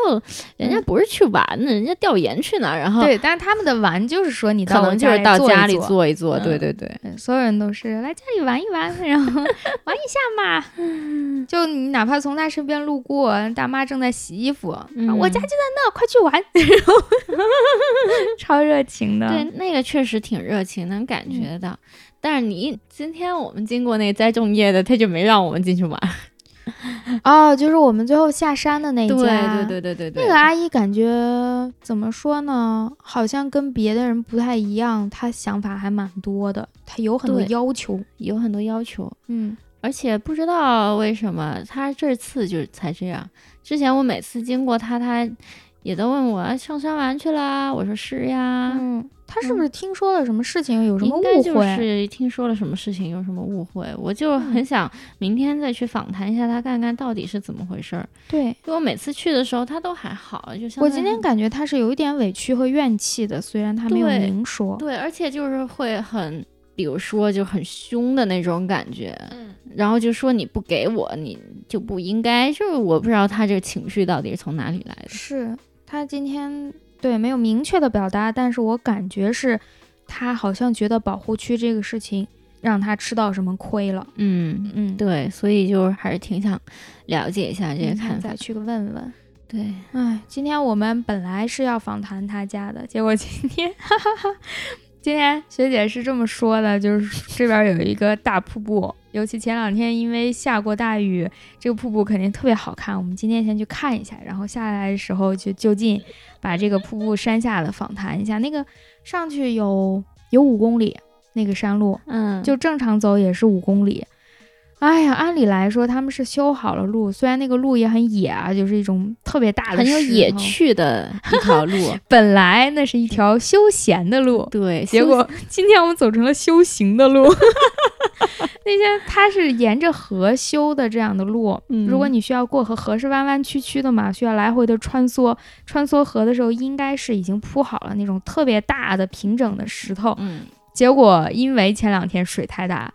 [SPEAKER 2] 人家不是去玩呢，人家调研去呢。”然后
[SPEAKER 1] 对，但是他们的玩嗯就是说你
[SPEAKER 2] 可
[SPEAKER 1] 我
[SPEAKER 2] 能就是
[SPEAKER 1] 里
[SPEAKER 2] 到
[SPEAKER 1] 坐
[SPEAKER 2] 家
[SPEAKER 1] 一
[SPEAKER 2] 里
[SPEAKER 1] 坐
[SPEAKER 2] 坐一坐。
[SPEAKER 1] 嗯
[SPEAKER 2] 对对对，
[SPEAKER 1] 对，所有人都是来家里玩一玩，然 后玩一下 嘛。就你哪怕从他身边路过，大妈正在洗衣服，
[SPEAKER 2] 嗯
[SPEAKER 1] 我家就在那，快去玩，然后 超热情的。
[SPEAKER 2] 对，那个确实挺热情，能感觉到。但是你今天我们经过那栽种业的，他就没让我们进去玩。
[SPEAKER 1] 哦，就是我们最后下山的那一家。
[SPEAKER 2] 对对对对
[SPEAKER 1] 那个阿姨感觉怎么说呢？好像跟别的人不太一样，她想法还蛮多的，她有很多
[SPEAKER 2] 对
[SPEAKER 1] 要求。
[SPEAKER 2] 有很多要求，
[SPEAKER 1] 嗯，
[SPEAKER 2] 而且不知道为什么他这次就是才这样。之前我每次经过他，他也都问我哎上山玩去啦，我说是呀。
[SPEAKER 1] 嗯，她是不是听说了什么事情，有什么
[SPEAKER 2] 应
[SPEAKER 1] 误
[SPEAKER 2] 该
[SPEAKER 1] 会？嗯
[SPEAKER 2] 就是听说了什么事情，有什么误会，我就很想明天再去访谈一下他，看看到底是怎么回事儿。
[SPEAKER 1] 对
[SPEAKER 2] 因为我每次去的时候，他都还好，就像
[SPEAKER 1] 我今天感觉她是有一点委屈和怨气的，虽然她没有
[SPEAKER 2] 对
[SPEAKER 1] 明说。
[SPEAKER 2] 对，而且就是会很，比如说就很凶的那种感觉，嗯，然后就说你不给我，你就不应该。就是我不知道他这个情绪到底是从哪里来的。
[SPEAKER 1] 是他今天对没有明确的表达，但是我感觉是，他好像觉得保护区这个事情让他吃到什么亏了。
[SPEAKER 2] 嗯，
[SPEAKER 1] 嗯，
[SPEAKER 2] 对，所以就是还是挺想了解一下这
[SPEAKER 1] 明
[SPEAKER 2] 个
[SPEAKER 1] 天
[SPEAKER 2] 看法
[SPEAKER 1] 再。去个问问。
[SPEAKER 2] 对，
[SPEAKER 1] 哎，今天我们本来是要访谈他家的，结果今天， 哈哈哈，今天学姐是这么说的，就是这边有一个大瀑布，尤其前两天因为下过大雨，这个瀑布肯定特别好看。我们今天先去看一下，然后下来的时候就就近把这个瀑布山下的访谈一下。那个上去有有五公里，那个山路，
[SPEAKER 2] 嗯就
[SPEAKER 1] 就正常走也是五公里。哎呀，按理来说他们是修好了路，虽然那个路也很野啊，就是一种特别大的
[SPEAKER 2] 很有
[SPEAKER 1] 石
[SPEAKER 2] 野
[SPEAKER 1] 头。
[SPEAKER 2] 趣的一条 路。
[SPEAKER 1] 本来那是一条休闲的路，
[SPEAKER 2] 对，
[SPEAKER 1] 结
[SPEAKER 2] 休
[SPEAKER 1] 果今天我们走成了修行的路。 那些它是沿着河修的这样的路，
[SPEAKER 2] 嗯
[SPEAKER 1] 如果你需要过河，河是弯弯曲曲的嘛，需要来回的穿梭。穿梭河的时候，应该是已经铺好了那种特别大的平整的石头，
[SPEAKER 2] 嗯，
[SPEAKER 1] 结果因为前两天水太大，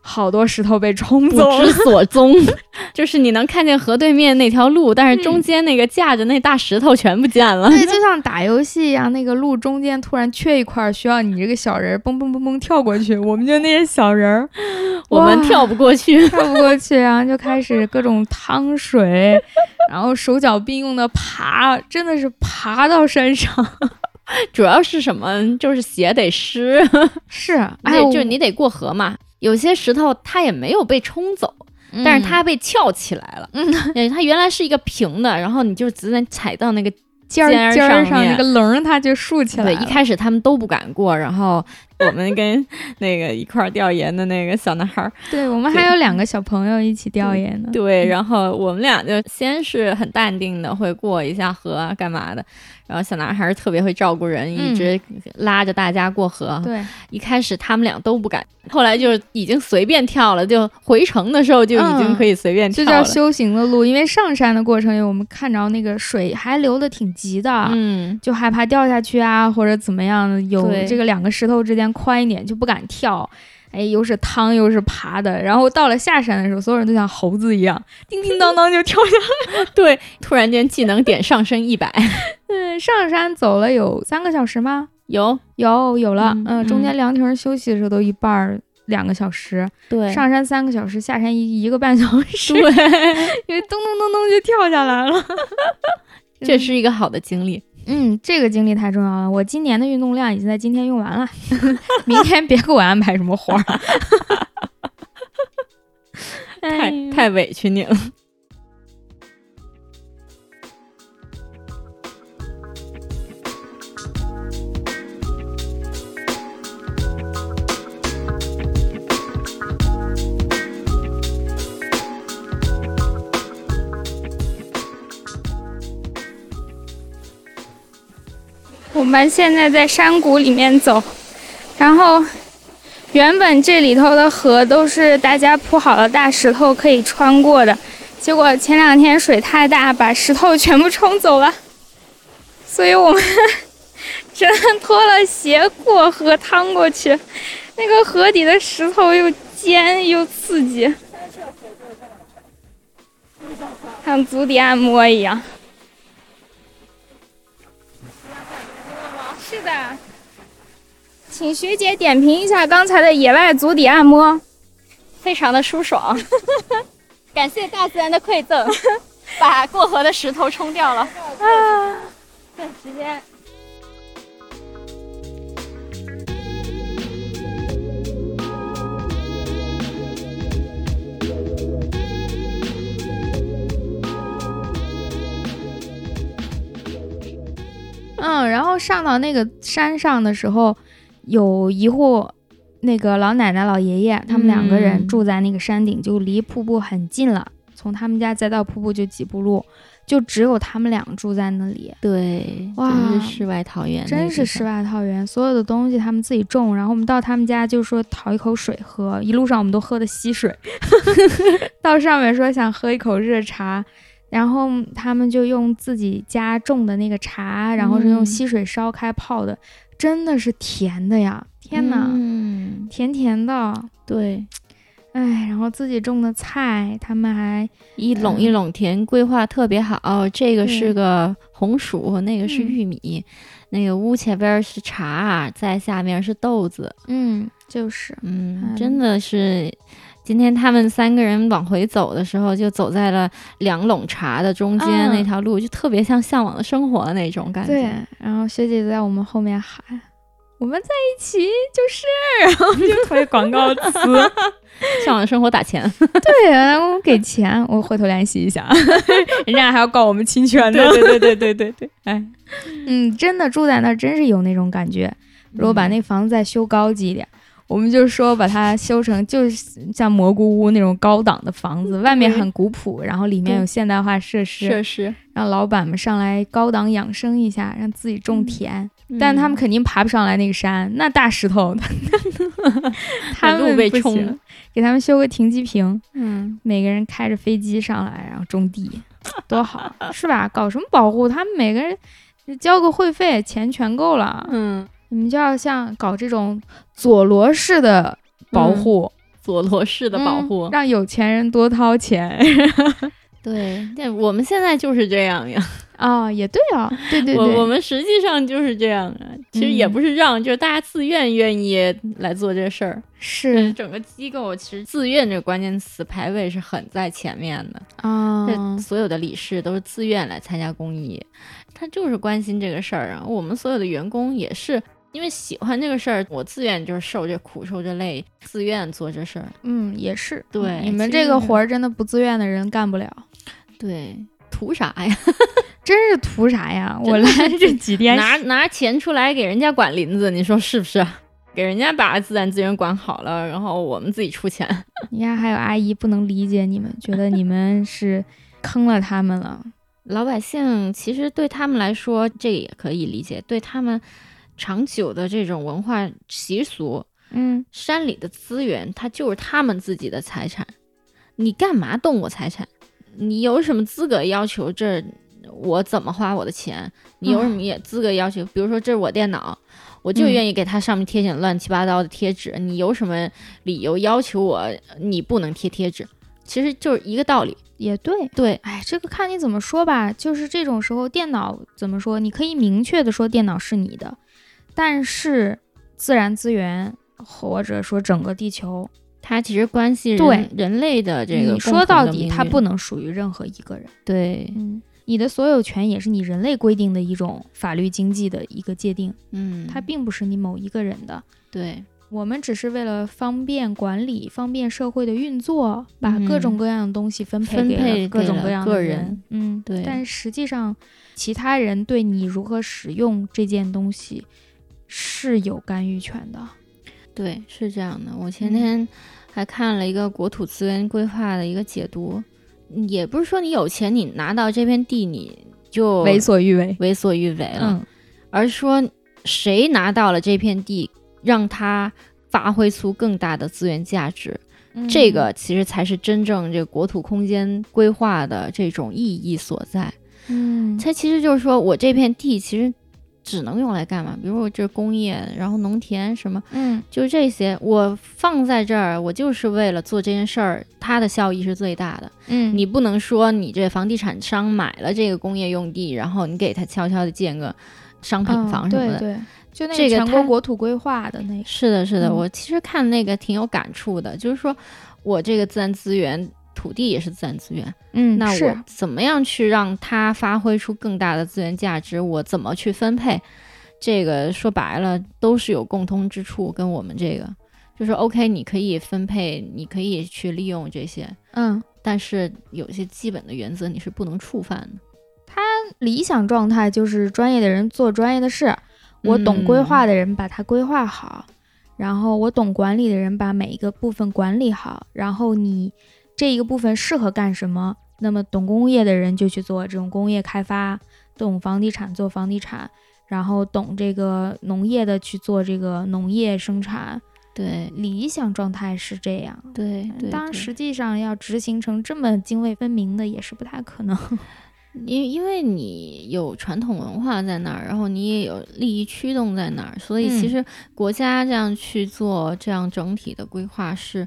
[SPEAKER 1] 好多石头被冲
[SPEAKER 2] 不
[SPEAKER 1] 走了。
[SPEAKER 2] 知所踪， 就是你能看见河对面那条路，但是中
[SPEAKER 1] 嗯
[SPEAKER 2] 间那个架着那大石头全不见了。
[SPEAKER 1] 对，就像打游戏一样，那个路中间突然缺一块儿，需要你这个小人儿蹦蹦蹦蹦跳过去。我们就那些小人 儿
[SPEAKER 2] 我们跳不过去。
[SPEAKER 1] 跳不过去，然后就开始各种趟水，然后手脚并用的爬，真的是爬到山上。
[SPEAKER 2] 主要是什么？就是鞋得湿，
[SPEAKER 1] 是，
[SPEAKER 2] 哎
[SPEAKER 1] 哎，，
[SPEAKER 2] 就是你得过河嘛。有些石头它也没有被冲走，
[SPEAKER 1] 我，
[SPEAKER 2] 但是它被翘起来了。 嗯，它原来是一个平的，然后你就只能踩到那个。
[SPEAKER 1] 尖儿
[SPEAKER 2] 尖儿
[SPEAKER 1] 尖儿
[SPEAKER 2] 上
[SPEAKER 1] 上那
[SPEAKER 2] 面
[SPEAKER 1] 个棱儿，它就竖起来
[SPEAKER 2] 对，
[SPEAKER 1] 了。
[SPEAKER 2] 一开始他们都不敢过，然后我们跟那个一块儿调研的那个小男孩儿，
[SPEAKER 1] 对我们还有两个小朋友一起调研呢。
[SPEAKER 2] 对，然后我们俩就先是很淡定的会过一下河啊干嘛的，然后小男孩儿特别会照顾人，一
[SPEAKER 1] 嗯
[SPEAKER 2] 直拉着大家过河。
[SPEAKER 1] 对，
[SPEAKER 2] 一开始他们俩都不敢，后来就是已经随便跳了，就回程的时候就已经可以随便跳
[SPEAKER 1] 这
[SPEAKER 2] 了。
[SPEAKER 1] 叫修行的路，因为上山的过程里，我们看着那个水还流的挺急的，
[SPEAKER 2] 嗯，
[SPEAKER 1] 就害怕掉下去啊，或者怎么样，有
[SPEAKER 2] 对
[SPEAKER 1] 这个两个石头之间宽一点就不敢跳。哎，又是趟又是爬的，然后到了下山的时候，所有人都像猴子一样，叮叮 当当就跳下来。
[SPEAKER 2] 对，突然间技能点上升一百，
[SPEAKER 1] 嗯，上山走了有三个小时吗？
[SPEAKER 2] 有
[SPEAKER 1] 有，有了。
[SPEAKER 2] 嗯
[SPEAKER 1] 嗯，中间凉亭休息的时候都一半儿两个小时，
[SPEAKER 2] 对
[SPEAKER 1] 上山三个小时，下山一一个半小时，
[SPEAKER 2] 对，
[SPEAKER 1] 因为咚咚咚咚就跳下来了。
[SPEAKER 2] 这是一个好的经历。
[SPEAKER 1] 嗯，这个经历太重要了。我今年的运动量已经在今天用完了，明天别给我安排什么活儿。
[SPEAKER 2] 太
[SPEAKER 1] 哎呀
[SPEAKER 2] 太委屈你了。
[SPEAKER 3] 我们现在在山谷里面走，然后原本这里头的河都是大家铺好了大石头可以穿过的，结果前两天水太大，把石头全部冲走了，所以我们挣脱了鞋过河趟过去，那个河底的石头又尖又刺激，像足底按摩一样。是的，请学姐点评一下刚才的野外足底按摩，
[SPEAKER 4] 非常的舒爽。感谢大自然的馈赠，把过河的石头冲掉了。
[SPEAKER 3] 直接
[SPEAKER 1] 嗯，然后上到那个山上的时候，有一户那个老奶奶、老爷爷，他们两个人
[SPEAKER 2] 嗯
[SPEAKER 1] 住在那个山顶，就离瀑布很近了。从他们家再到瀑布就几步路，就只有他们俩住在那里，
[SPEAKER 2] 对，
[SPEAKER 1] 哇
[SPEAKER 2] 真是世外桃源，
[SPEAKER 1] 真是世。外桃源。所有的东西他们自己种，然后我们到他们家就说讨一口水喝，一路上我们都喝的溪水。 到上面说想喝一口热茶，然后他们就用自己家种的那个茶，然后是用
[SPEAKER 2] 嗯
[SPEAKER 1] 溪水烧开泡的，真的是甜的呀！天哪，
[SPEAKER 2] 嗯，
[SPEAKER 1] 甜甜的，
[SPEAKER 2] 对，
[SPEAKER 1] 哎，然后自己种的菜，他们还
[SPEAKER 2] 一垄一垄田规划特别好，这个是
[SPEAKER 1] 嗯对
[SPEAKER 2] 个红薯，那个是
[SPEAKER 1] 嗯
[SPEAKER 2] 玉米，那个屋前边儿是茶，在下面是豆子，
[SPEAKER 1] 嗯，就是
[SPEAKER 2] 嗯，
[SPEAKER 1] 嗯
[SPEAKER 2] 真的是。今天他们三个人往回走的时候，就走在了两垄茶的中间
[SPEAKER 1] 嗯
[SPEAKER 2] 那条路，就特别像《向往的生活》那种感觉。
[SPEAKER 1] 对，然后学姐在我们后面喊。我们在一起 就是，然后就推广告词，
[SPEAKER 2] 向往的生活打钱。
[SPEAKER 1] 对啊，然后我们给钱，我回头联系一下， 人家还要告我们侵权呢。对 对对对对对，哎，嗯，真的住在那儿真是有那种感觉。如果把那房子再修高级一点，我们就说把它修成就是像蘑菇屋那种高档的房子，外面很古朴，然后里面有现代化设施，
[SPEAKER 2] 施，
[SPEAKER 1] 让老板们上来高档养生一下，让自己种田。
[SPEAKER 2] 嗯
[SPEAKER 1] 但他们肯定爬不上来那个山， 那大石头，他
[SPEAKER 2] 路
[SPEAKER 1] 们
[SPEAKER 2] 被
[SPEAKER 1] 不
[SPEAKER 2] 冲
[SPEAKER 1] 行
[SPEAKER 2] 了
[SPEAKER 1] 给他们修个停机坪。
[SPEAKER 2] 嗯，
[SPEAKER 1] 每个人开着飞机上来，然后种地， 多好，是吧？搞什么保护？他们每个人就交个会费，钱全够了。
[SPEAKER 2] 嗯，
[SPEAKER 1] 你们就要像搞这种佐罗式的保护，
[SPEAKER 2] 佐罗式嗯的保护
[SPEAKER 1] 嗯，让有钱人多掏钱
[SPEAKER 2] 对，但我们现在就是这样呀。
[SPEAKER 1] 啊、也对啊，对对
[SPEAKER 2] 我我
[SPEAKER 1] 对，
[SPEAKER 2] 们实际上就是这样啊，其实也
[SPEAKER 1] 嗯
[SPEAKER 2] 不是让，就是大家自愿愿意来做这事儿。就是
[SPEAKER 1] 是
[SPEAKER 2] 整个机构其实“自愿”这个关键词排位是很在前面的。
[SPEAKER 1] 啊，
[SPEAKER 2] 那所有的理事都是自愿来参加公益，他就是关心这个事儿啊。我们所有的员工也是因为喜欢这个事儿，我自愿就是受这苦受这累，自愿做这事儿。
[SPEAKER 1] 嗯，也是。
[SPEAKER 2] 对
[SPEAKER 1] 你们
[SPEAKER 2] 其实
[SPEAKER 1] 这个
[SPEAKER 2] 是
[SPEAKER 1] 活儿真的不自愿的人干不了，
[SPEAKER 2] 对，图啥呀？
[SPEAKER 1] 真是图啥呀？
[SPEAKER 2] 真
[SPEAKER 1] 我
[SPEAKER 2] 的
[SPEAKER 1] 来
[SPEAKER 2] 是
[SPEAKER 1] 这几天
[SPEAKER 2] 拿拿钱出来给人家管林子，你说是不是？给人家把自然资源管好了，然后我们自己出钱。
[SPEAKER 1] 你看，还有阿姨不能理解你们，觉得你们是坑了他们了。
[SPEAKER 2] 老百姓其实对他们来说，这个也可以理解，对他们长久的这种文化习俗，
[SPEAKER 1] 嗯，
[SPEAKER 2] 山里的资源，它就是他们自己的财产，你干嘛动我财产？你有什么资格要求这我怎么花我的钱？你有什么也资格要求？比如说这是我电脑，我就
[SPEAKER 1] 嗯
[SPEAKER 2] 愿意给它上面贴点乱七八糟的贴纸，你有什么理由要求我你不能贴贴纸？其实就是一个道理，
[SPEAKER 1] 也对。
[SPEAKER 2] 对，
[SPEAKER 1] 哎，这个看你怎么说吧。就是这种时候，电脑怎么说？你可以明确的说电脑是你的，但是自然资源或者说整个地球，
[SPEAKER 2] 它其实关系人
[SPEAKER 1] 对
[SPEAKER 2] 人类的这个
[SPEAKER 1] 你
[SPEAKER 2] 共
[SPEAKER 1] 说
[SPEAKER 2] 同
[SPEAKER 1] 到
[SPEAKER 2] 的
[SPEAKER 1] 底
[SPEAKER 2] 命
[SPEAKER 1] 它
[SPEAKER 2] 运
[SPEAKER 1] 不能属于任何一个人。
[SPEAKER 2] 对，
[SPEAKER 1] 嗯，你的所有权也是你人类规定的一种法律经济的一个界定，
[SPEAKER 2] 嗯，
[SPEAKER 1] 它并不是你某一个人的。
[SPEAKER 2] 对
[SPEAKER 1] 我们只是为了方便管理、方便社会的运作，把各种各样的东西分配
[SPEAKER 2] 嗯分
[SPEAKER 1] 给
[SPEAKER 2] 配
[SPEAKER 1] 了各
[SPEAKER 2] 给
[SPEAKER 1] 种
[SPEAKER 2] 了
[SPEAKER 1] 各样
[SPEAKER 2] 个
[SPEAKER 1] 的
[SPEAKER 2] 人
[SPEAKER 1] 嗯，
[SPEAKER 2] 对
[SPEAKER 1] 但实际上，其他人对你如何使用这件东西是有干预权的。
[SPEAKER 2] 对，是这样的。我前
[SPEAKER 1] 嗯
[SPEAKER 2] 天还看了一个国土资源规划的一个解读，嗯也不是说你有钱，你拿到这片地你就
[SPEAKER 1] 所欲为。
[SPEAKER 2] 为所欲为了，
[SPEAKER 1] 嗯，
[SPEAKER 2] 而是说谁拿到了这片地，让它发挥出更大的资源价值，
[SPEAKER 1] 嗯
[SPEAKER 2] 这个其实才是真正这个国土空间规划的这种意义所在。
[SPEAKER 1] 嗯，
[SPEAKER 2] 它其实就是说我这片地其实只能用来干嘛？比如我这是工业，然后农田什么。
[SPEAKER 1] 嗯
[SPEAKER 2] 就这些，我放在这儿，我就是为了做这件事儿，它的效益是最大的。
[SPEAKER 1] 嗯，
[SPEAKER 2] 你不能说你这房地产商买了这个工业用地，然后你给他悄悄的建个商品
[SPEAKER 1] 嗯
[SPEAKER 2] 房什么
[SPEAKER 1] 对
[SPEAKER 2] 的。
[SPEAKER 1] 对，就那
[SPEAKER 2] 这
[SPEAKER 1] 个
[SPEAKER 2] 个
[SPEAKER 1] 全国
[SPEAKER 2] 它
[SPEAKER 1] 国土规划的那个，
[SPEAKER 2] 是的，是的，
[SPEAKER 1] 嗯
[SPEAKER 2] 我其实看那个挺有感触的，就是说我这个自然资源，土地也是自然资源，
[SPEAKER 1] 嗯，
[SPEAKER 2] 那
[SPEAKER 1] 是
[SPEAKER 2] 我怎么样去让它发挥出更大的资源价值？我怎么去分配？这个说白了都是有共通之处，跟我们这个就是 OK，你可以分配，你可以去利用这些，
[SPEAKER 1] 嗯，
[SPEAKER 2] 但是有些基本的原则你是不能触犯的。
[SPEAKER 1] 理想状态就是专业的人做专业的事，我懂规划的人把它规划好，然后我懂管理的人把每一个部分管理好，然后你这一个部分适合干什么，那么懂工业的人就去做这种工业开发，懂房地产做房地产，然后懂这个农业的去做这个农业生产。
[SPEAKER 2] 对
[SPEAKER 1] 理想状态是这样，
[SPEAKER 2] 对对，
[SPEAKER 1] 嗯当然
[SPEAKER 2] 对
[SPEAKER 1] 实际上要执行成这么泾渭分明的也是不太可能。
[SPEAKER 2] 因因为你有传统文化在那儿，然后你也有利益驱动在那儿，所以其
[SPEAKER 1] 嗯
[SPEAKER 2] 实国家这样去做这样整体的规划是，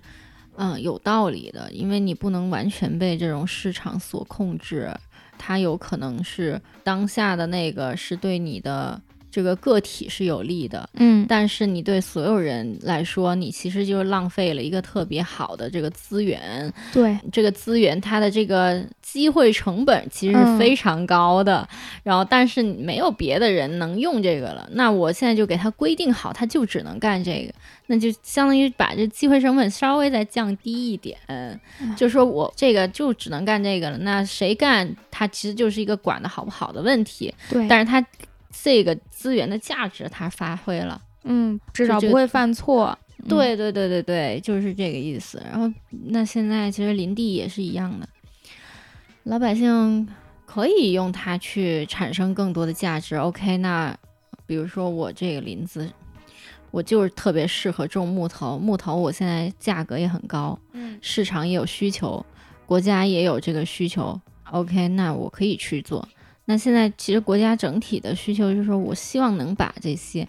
[SPEAKER 2] 嗯，有道理的，因为你不能完全被这种市场所控制，它有可能是当下的那个是对你的这个个体是有利的，
[SPEAKER 1] 嗯
[SPEAKER 2] 但是你对所有人来说，你其实就是浪费了一个特别好的这个资源，
[SPEAKER 1] 对，
[SPEAKER 2] 这个资源它的这个机会成本其实是非常高的，然后但是没有别的人能用这个了，那我现在就给他规定好，他就只能干这个，那就相当于把这机会成本稍微再降低一点，就说我这个就只能干这个了，那谁干他其实就是一个管的好不好的问题，
[SPEAKER 1] 对
[SPEAKER 2] 但是他这个资源的价值他发挥了。
[SPEAKER 1] 嗯，至少
[SPEAKER 2] 就这
[SPEAKER 1] 不
[SPEAKER 2] 个
[SPEAKER 1] 会犯错。嗯
[SPEAKER 2] 对对对对对，就是这个意思。然后那现在其实林地也是一样的，老百姓可以用它去产生更多的价值。OK，那比如说我这个林子，我就是特别适合种木头，木头我现在价格也很高，
[SPEAKER 1] 嗯
[SPEAKER 2] 市场也有需求，国家也有这个需求。OK，那我可以去做。那现在其实国家整体的需求就是说，我希望能把这些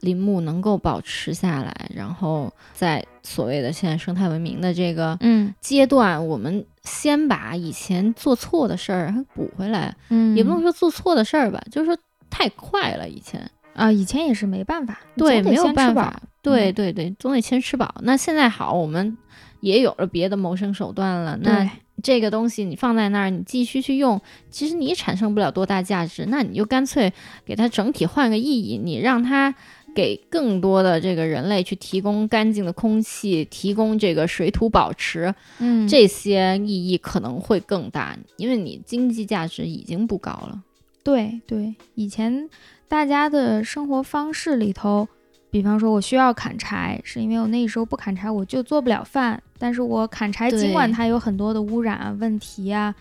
[SPEAKER 2] 林木能够保持下来，然后在所谓的现在生态文明的这个
[SPEAKER 1] 嗯
[SPEAKER 2] 阶段，我们先把以前做错的事儿哎补回来，
[SPEAKER 1] 嗯，
[SPEAKER 2] 也不能说做错的事儿吧，就是说太快了，以前。
[SPEAKER 1] 啊，以前也是没办法，你
[SPEAKER 2] 对，
[SPEAKER 1] 总得
[SPEAKER 2] 没有
[SPEAKER 1] 先吃
[SPEAKER 2] 办
[SPEAKER 1] 饱
[SPEAKER 2] 法，嗯对对对，总得先吃饱。那现在好，我们也有了别的谋生手段了，那
[SPEAKER 1] 对
[SPEAKER 2] 这个东西你放在那儿，你继续去用，其实你也产生不了多大价值，那你就干脆给它整体换个意义，你让它。给更多的这个人类去提供干净的空气，提供这个水土保持，
[SPEAKER 1] 嗯，
[SPEAKER 2] 这些意义可能会更大，因为你经济价值已经不高了。
[SPEAKER 1] 对对，以前大家的生活方式里头，比方说我需要砍柴，是因为我那时候不砍柴我就做不了饭，但是我砍柴，尽管
[SPEAKER 2] 对
[SPEAKER 1] 它有很多的污染啊、问题啊，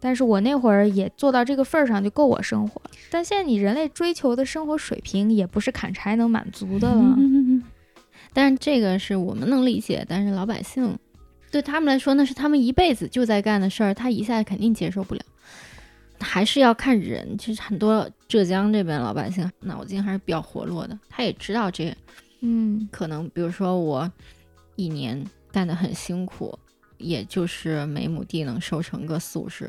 [SPEAKER 1] 但是我那会儿也做到这个份儿上就够我生活了。但现在你人类追求的生活水平也不是砍柴能满足的了，
[SPEAKER 2] 但是这个是我们能理解，但是老百姓对他们来说，那是他们一辈子就在干的事儿，他一下子肯定接受不了。还是要看人，其实很多浙江这边老百姓脑筋还是比较活络的，他也知道这
[SPEAKER 1] 嗯
[SPEAKER 2] 可能，比如说我一年干得很辛苦，也就是每亩地能收成个四五十，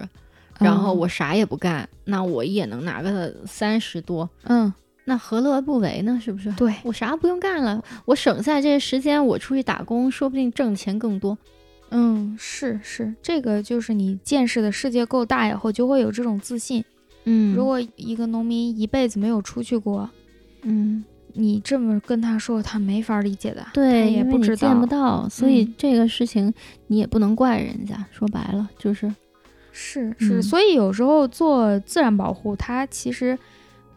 [SPEAKER 2] 然后
[SPEAKER 1] 嗯
[SPEAKER 2] 我啥也不干，那我也能拿个三十多，
[SPEAKER 1] 嗯，
[SPEAKER 2] 那何乐而不为呢？是不是？
[SPEAKER 1] 对，
[SPEAKER 2] 我啥不用干了，我省下这些时间，我出去打工，说不定挣钱更多。
[SPEAKER 1] 嗯，是是，这个就是你见识的世界够大以后，就会有这种自信。
[SPEAKER 2] 嗯
[SPEAKER 1] 如果一个农民一辈子没有出去过，
[SPEAKER 2] 嗯，
[SPEAKER 1] 你这么跟他说，他没法理解的。
[SPEAKER 2] 对，
[SPEAKER 1] 也
[SPEAKER 2] 因为
[SPEAKER 1] 不
[SPEAKER 2] 你
[SPEAKER 1] 知
[SPEAKER 2] 见不
[SPEAKER 1] 道
[SPEAKER 2] 到，所以
[SPEAKER 1] 嗯
[SPEAKER 2] 这个事情你也不能怪人家。说白了就是，
[SPEAKER 1] 是是，
[SPEAKER 2] 嗯
[SPEAKER 1] 所以有时候做自然保护，它其实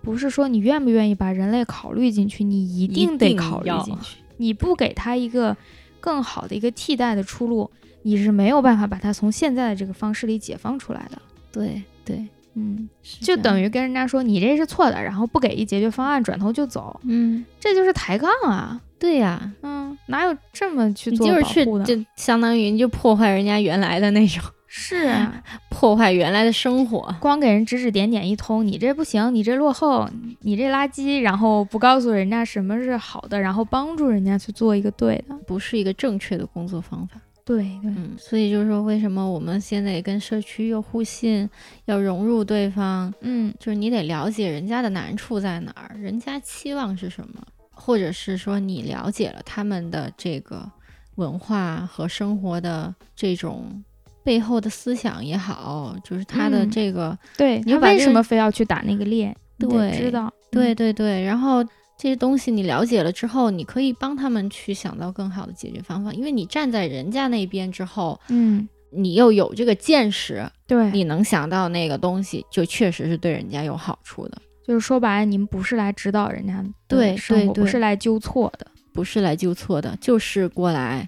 [SPEAKER 1] 不是说你愿不愿意把人类考虑进去，你一定得考虑进去。
[SPEAKER 2] 去。
[SPEAKER 1] 你不给他一个更好的一个替代的出路，你是没有办法把他从现在的这个方式里解放出来的。
[SPEAKER 2] 对对，
[SPEAKER 1] 嗯，就等
[SPEAKER 2] 于
[SPEAKER 1] 于跟人家说你这是错的，然后不给一解决方案，转头就走，
[SPEAKER 2] 嗯，
[SPEAKER 1] 这就是抬杠啊。
[SPEAKER 2] 对呀、
[SPEAKER 1] 嗯，哪有这么去
[SPEAKER 2] 你
[SPEAKER 1] 做
[SPEAKER 2] 就是
[SPEAKER 1] 保
[SPEAKER 2] 去
[SPEAKER 1] 护的？
[SPEAKER 2] 就相当于你就破坏人家原来的那种，
[SPEAKER 1] 是啊，
[SPEAKER 2] 破坏原来的生活。
[SPEAKER 1] 光给人指指点点一通，你这不行，你这落后，你这垃圾，然后不告诉人家什么是好的，然后帮助人家去做一个对的。
[SPEAKER 2] 不是一个正确的工作方法，
[SPEAKER 1] 对对，
[SPEAKER 2] 嗯，所以就是说，为什么我们现在也跟社区又互信，要融入对方，
[SPEAKER 1] 嗯
[SPEAKER 2] 就是你得了解人家的难处在哪儿，人家期望是什么，或者是说你了解了他们的这个文化和生活的这种背后的思想也好，就是他的
[SPEAKER 1] 嗯
[SPEAKER 2] 这个、
[SPEAKER 1] 对，
[SPEAKER 2] 你
[SPEAKER 1] 他
[SPEAKER 2] 把
[SPEAKER 1] 为
[SPEAKER 2] 这
[SPEAKER 1] 什
[SPEAKER 2] 个
[SPEAKER 1] 么非要去打那个猎？你得
[SPEAKER 2] 对
[SPEAKER 1] 知道，嗯
[SPEAKER 2] 对对对，然后这些东西你了解了之后，你可以帮他们去想到更好的解决方法，因为你站在人家那边之后，
[SPEAKER 1] 嗯，
[SPEAKER 2] 你又有这个见识，
[SPEAKER 1] 对，
[SPEAKER 2] 你能想到那个东西，就确实是对人家有好处的，
[SPEAKER 1] 就是说白了，你们不是来指导人家的
[SPEAKER 2] 对
[SPEAKER 1] 生
[SPEAKER 2] 对
[SPEAKER 1] 活，不
[SPEAKER 2] 对
[SPEAKER 1] 是来纠错的。
[SPEAKER 2] 不是来纠错的，就是过来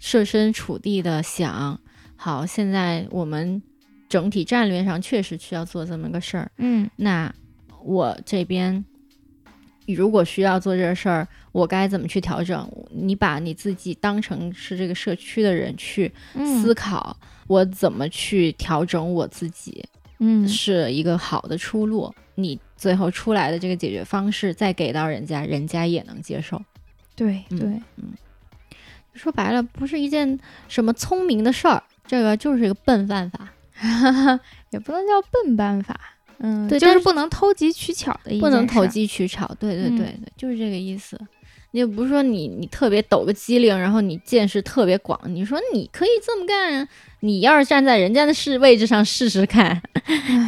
[SPEAKER 2] 设身处地的想，好，现在我们整体战略上确实需要做这么个事儿，
[SPEAKER 1] 嗯
[SPEAKER 2] 那我这边。如果需要做这个事儿，我该怎么去调整？你把你自己当成是这个社区的人去
[SPEAKER 1] 嗯，
[SPEAKER 2] 思考，我怎么去调整我自己，
[SPEAKER 1] 嗯
[SPEAKER 2] 是一个好的出路。你最后出来的这个解决方式，再给到人家，人家也能接受。
[SPEAKER 1] 对
[SPEAKER 2] 嗯
[SPEAKER 1] 对，
[SPEAKER 2] 说白了，不是一件什么聪明的事儿，这个就是一个笨办法，
[SPEAKER 1] 也不能叫笨办法，嗯，
[SPEAKER 2] 对
[SPEAKER 1] 就
[SPEAKER 2] 但
[SPEAKER 1] 是
[SPEAKER 2] 是
[SPEAKER 1] 不能偷鸡取巧的一件事，
[SPEAKER 2] 不 能投机取巧。对对
[SPEAKER 1] 嗯
[SPEAKER 2] 对对，就是这个意思。你也不是说你你特别抖个机灵，然后你见识特别广，你说你可以这么干，啊你要是站在人家的是位置上试试 看，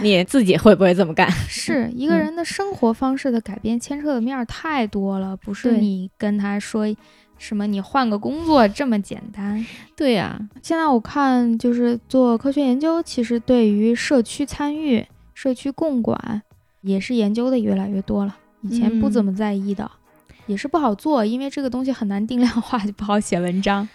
[SPEAKER 2] 你自己会不会这么干？
[SPEAKER 1] 是一个
[SPEAKER 2] 嗯
[SPEAKER 1] 人的生活方式的改变，牵扯的面儿太多了，不是
[SPEAKER 2] 对
[SPEAKER 1] 你跟他说什么你换个工作这么简单。
[SPEAKER 2] 对呀、
[SPEAKER 1] 现在我看就是做科学研究，其实对于社区参与、社区共管也是研究的越来越多了，以前不
[SPEAKER 2] 嗯
[SPEAKER 1] 怎么在意的。也是不好做，因为这个东西很难定量化，就不好写文章。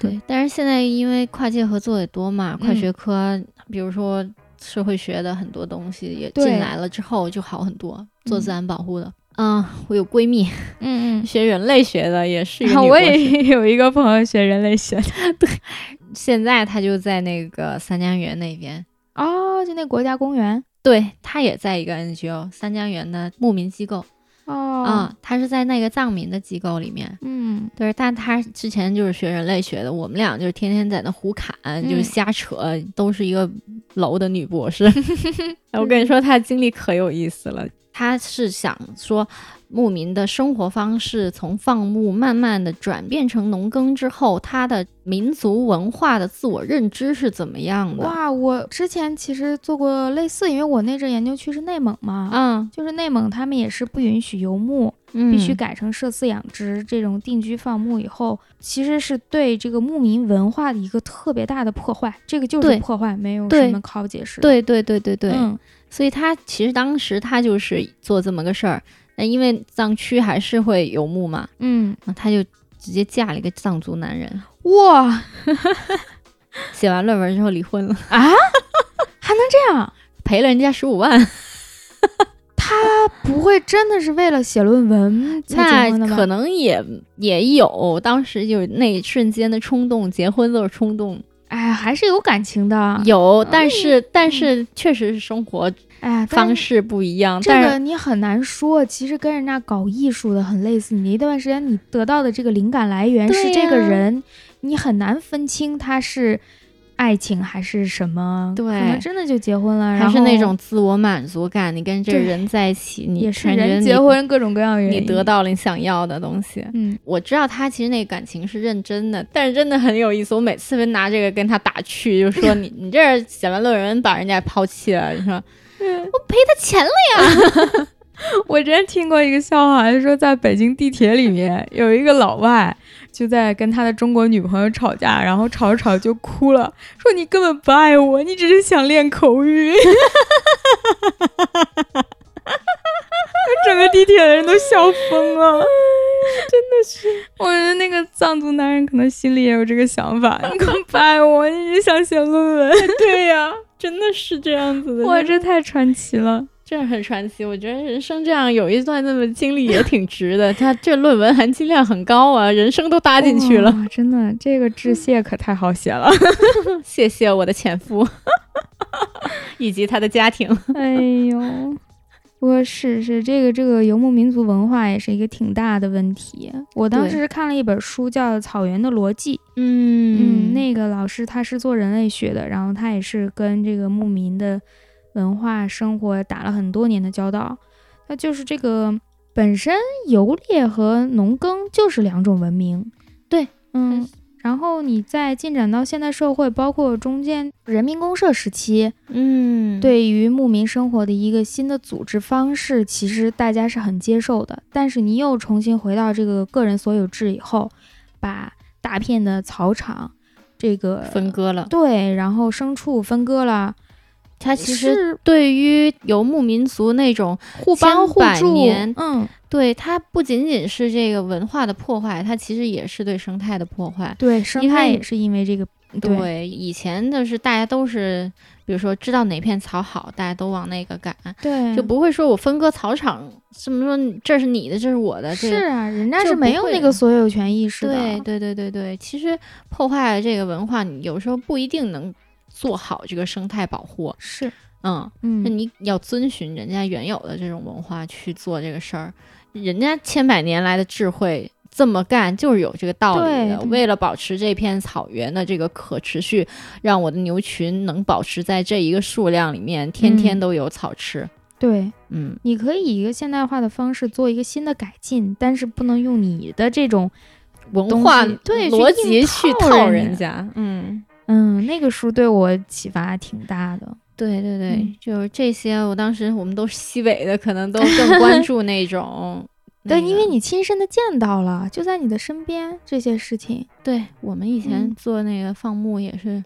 [SPEAKER 2] 对，但是现在因为跨界合作也多嘛，跨
[SPEAKER 1] 嗯
[SPEAKER 2] 学科，比如说社会学的很多东西也
[SPEAKER 1] 对
[SPEAKER 2] 进来了之后就好很多，做
[SPEAKER 1] 嗯
[SPEAKER 2] 自然保护的。嗯，我有闺蜜
[SPEAKER 1] 嗯
[SPEAKER 2] 学人类学的，也是一个
[SPEAKER 1] 我
[SPEAKER 2] 女博士
[SPEAKER 1] 也有一个朋友学人类学的
[SPEAKER 2] 现在她就在那个三江源那边，
[SPEAKER 1] 哦，就那国家公园
[SPEAKER 2] 对她也在一个 NGO 三江源的牧民机构
[SPEAKER 1] 哦
[SPEAKER 2] 啊、她是在那个藏民的机构里面。
[SPEAKER 1] 嗯
[SPEAKER 2] 对，但她之前就是学人类学的，我们俩就是天天在那胡侃，就是
[SPEAKER 1] 嗯
[SPEAKER 2] 瞎扯，都是一个楼的女 博士。哎我跟你说，她的经历可有意思了。她是想说，牧民的生活方式从放牧慢慢的转变成农耕之后，她的民族文化的自我认知是怎么样的？
[SPEAKER 1] 哇，我之前其实做过类似，因为我那阵研究区是内蒙嘛，
[SPEAKER 2] 嗯，
[SPEAKER 1] 就是内蒙他们也是不允许游牧，
[SPEAKER 2] 必
[SPEAKER 1] 必须改成社饲养殖这种定居放牧以后，其实是对这个牧民文化的一个特别大的破坏，这个就是
[SPEAKER 2] 对
[SPEAKER 1] 破坏，没有
[SPEAKER 2] 对
[SPEAKER 1] 什么可好解释的。
[SPEAKER 2] 对对对对对，
[SPEAKER 1] 嗯
[SPEAKER 2] 所以他其实当时他就是做这么个事儿，那因为藏区还是会游牧嘛，
[SPEAKER 1] 嗯，
[SPEAKER 2] 然后他就直接嫁了一个藏族男人，
[SPEAKER 1] 哇，
[SPEAKER 2] 写完论文之后离婚了，
[SPEAKER 1] 还能这样？
[SPEAKER 2] 赔了人家十五万，
[SPEAKER 1] 不会真的是为了写论文才
[SPEAKER 2] 那
[SPEAKER 1] 结婚的吧？
[SPEAKER 2] 可能也也有，当时就是那一瞬间的冲动，结婚都是冲动，
[SPEAKER 1] 哎，还是有感情的。
[SPEAKER 2] 有，但是、但是确实是生活
[SPEAKER 1] 哎，但
[SPEAKER 2] 方式不一样，
[SPEAKER 1] 这
[SPEAKER 2] 但是
[SPEAKER 1] 个你很难说，其实跟人家搞艺术的很类似。你那段时间你得到的这个灵感来源
[SPEAKER 2] 对
[SPEAKER 1] 是这个
[SPEAKER 2] 呀
[SPEAKER 1] 人，你很难分清他是爱情还是什么。
[SPEAKER 2] 对
[SPEAKER 1] 可能真的就结婚了，
[SPEAKER 2] 还
[SPEAKER 1] 然
[SPEAKER 2] 是那
[SPEAKER 1] 后
[SPEAKER 2] 种自我满足感，你跟这个
[SPEAKER 1] 对
[SPEAKER 2] 人在一起，你
[SPEAKER 1] 也是
[SPEAKER 2] 感觉
[SPEAKER 1] 人
[SPEAKER 2] 你
[SPEAKER 1] 结婚各种各样的原
[SPEAKER 2] 你
[SPEAKER 1] 因。
[SPEAKER 2] 得到了你想要的东西。
[SPEAKER 1] 嗯，
[SPEAKER 2] 我知道他其实那个感情是认真的，但是真的很有意思。我每次拿这个跟他打趣，就说你你这儿写完论文把人家抛弃了，你说我赔他钱了。
[SPEAKER 1] 我之前听过一个笑话，就说在北京地铁里面有一个老外就在跟他的中国女朋友吵架，然后吵着吵着就哭了，说你根本不爱我，你只是想练口语。整个地铁的人都笑疯了，真的是。我觉得那个藏族男人可能心里也有这个想法，你根本不爱我，你只是想写论文。
[SPEAKER 2] 对呀、真的是这样子的。
[SPEAKER 1] 哇，这太传奇了。
[SPEAKER 2] 这很传奇。我觉得人生这样有一段那么经历也挺值的。他这论文含金量很高啊，人生都搭进去了。
[SPEAKER 1] 哇，真的，这个致谢可太好写了。
[SPEAKER 2] 谢谢我的前夫 以及他的家庭。
[SPEAKER 1] 哎呦，不过是是这个这个游牧民族文化也是一个挺大的问题。我当
[SPEAKER 2] 对
[SPEAKER 1] 时是看了一本书叫《草原的逻辑》，
[SPEAKER 2] 嗯
[SPEAKER 1] 嗯，那个老师他是做人类学的，然后他也是跟这个牧民的文化生活打了很多年的交道。那就是这个本身游猎和农耕就是两种文明，
[SPEAKER 2] 对，
[SPEAKER 1] 嗯。然后你再进展到现代社会，包括中间人民公社时期，
[SPEAKER 2] 嗯，
[SPEAKER 1] 对于牧民生活的一个新的组织方式，其实大家是很接受的。但是你又重新回到这个个人所有制以后，把大片的草场，这个
[SPEAKER 2] 分割了。
[SPEAKER 1] 对，然后牲畜分割了，
[SPEAKER 2] 他其实
[SPEAKER 1] 是
[SPEAKER 2] 对于游牧民族那种，
[SPEAKER 1] 互帮互
[SPEAKER 2] 千百
[SPEAKER 1] 助
[SPEAKER 2] 年，
[SPEAKER 1] 嗯，
[SPEAKER 2] 对它不仅仅是这个文化的破坏，它其实也是对生态的破坏。
[SPEAKER 1] 对，生
[SPEAKER 2] 因
[SPEAKER 1] 态
[SPEAKER 2] 为
[SPEAKER 1] 也是因为这个，对，
[SPEAKER 2] 以前的是大家都是，比如说知道哪片草好，大家都往那个赶，
[SPEAKER 1] 对，
[SPEAKER 2] 就不会说我分割草场，这么说你这是你的，这是我的，这个
[SPEAKER 1] 是啊，人家
[SPEAKER 2] 这
[SPEAKER 1] 是
[SPEAKER 2] 不
[SPEAKER 1] 没有
[SPEAKER 2] 会
[SPEAKER 1] 那个所有权意识的，
[SPEAKER 2] 对对对对对，其实破坏了这个文化，你有时候不一定能做好这个生态保护。
[SPEAKER 1] 是，
[SPEAKER 2] 嗯，那
[SPEAKER 1] 嗯，
[SPEAKER 2] 你要遵循人家原有的这种文化去做这个事儿，人家千百年来的智慧这么干就是有这个道理
[SPEAKER 1] 对
[SPEAKER 2] 的。
[SPEAKER 1] 对
[SPEAKER 2] 为了保持这片草原的这个可持续，让我的牛群能保持在这一个数量里面，天
[SPEAKER 1] 嗯
[SPEAKER 2] 天都有草吃。
[SPEAKER 1] 对，
[SPEAKER 2] 嗯，
[SPEAKER 1] 你可以以一个现代化的方式做一个新的改进，但是不能用你的这种
[SPEAKER 2] 文化
[SPEAKER 1] 东西对去
[SPEAKER 2] 逻辑去
[SPEAKER 1] 硬套
[SPEAKER 2] 套
[SPEAKER 1] 人
[SPEAKER 2] 人家。嗯，
[SPEAKER 1] 嗯，那个书对我启发挺大的。
[SPEAKER 2] 对对对，
[SPEAKER 1] 嗯
[SPEAKER 2] 就是这些。我当时我们都是西北的，可能都更关注那种那 个。
[SPEAKER 1] 对，因为你亲身的见到了，就在你的身边这些事情。
[SPEAKER 2] 对我们以前
[SPEAKER 1] 嗯
[SPEAKER 2] 做那个放牧也是，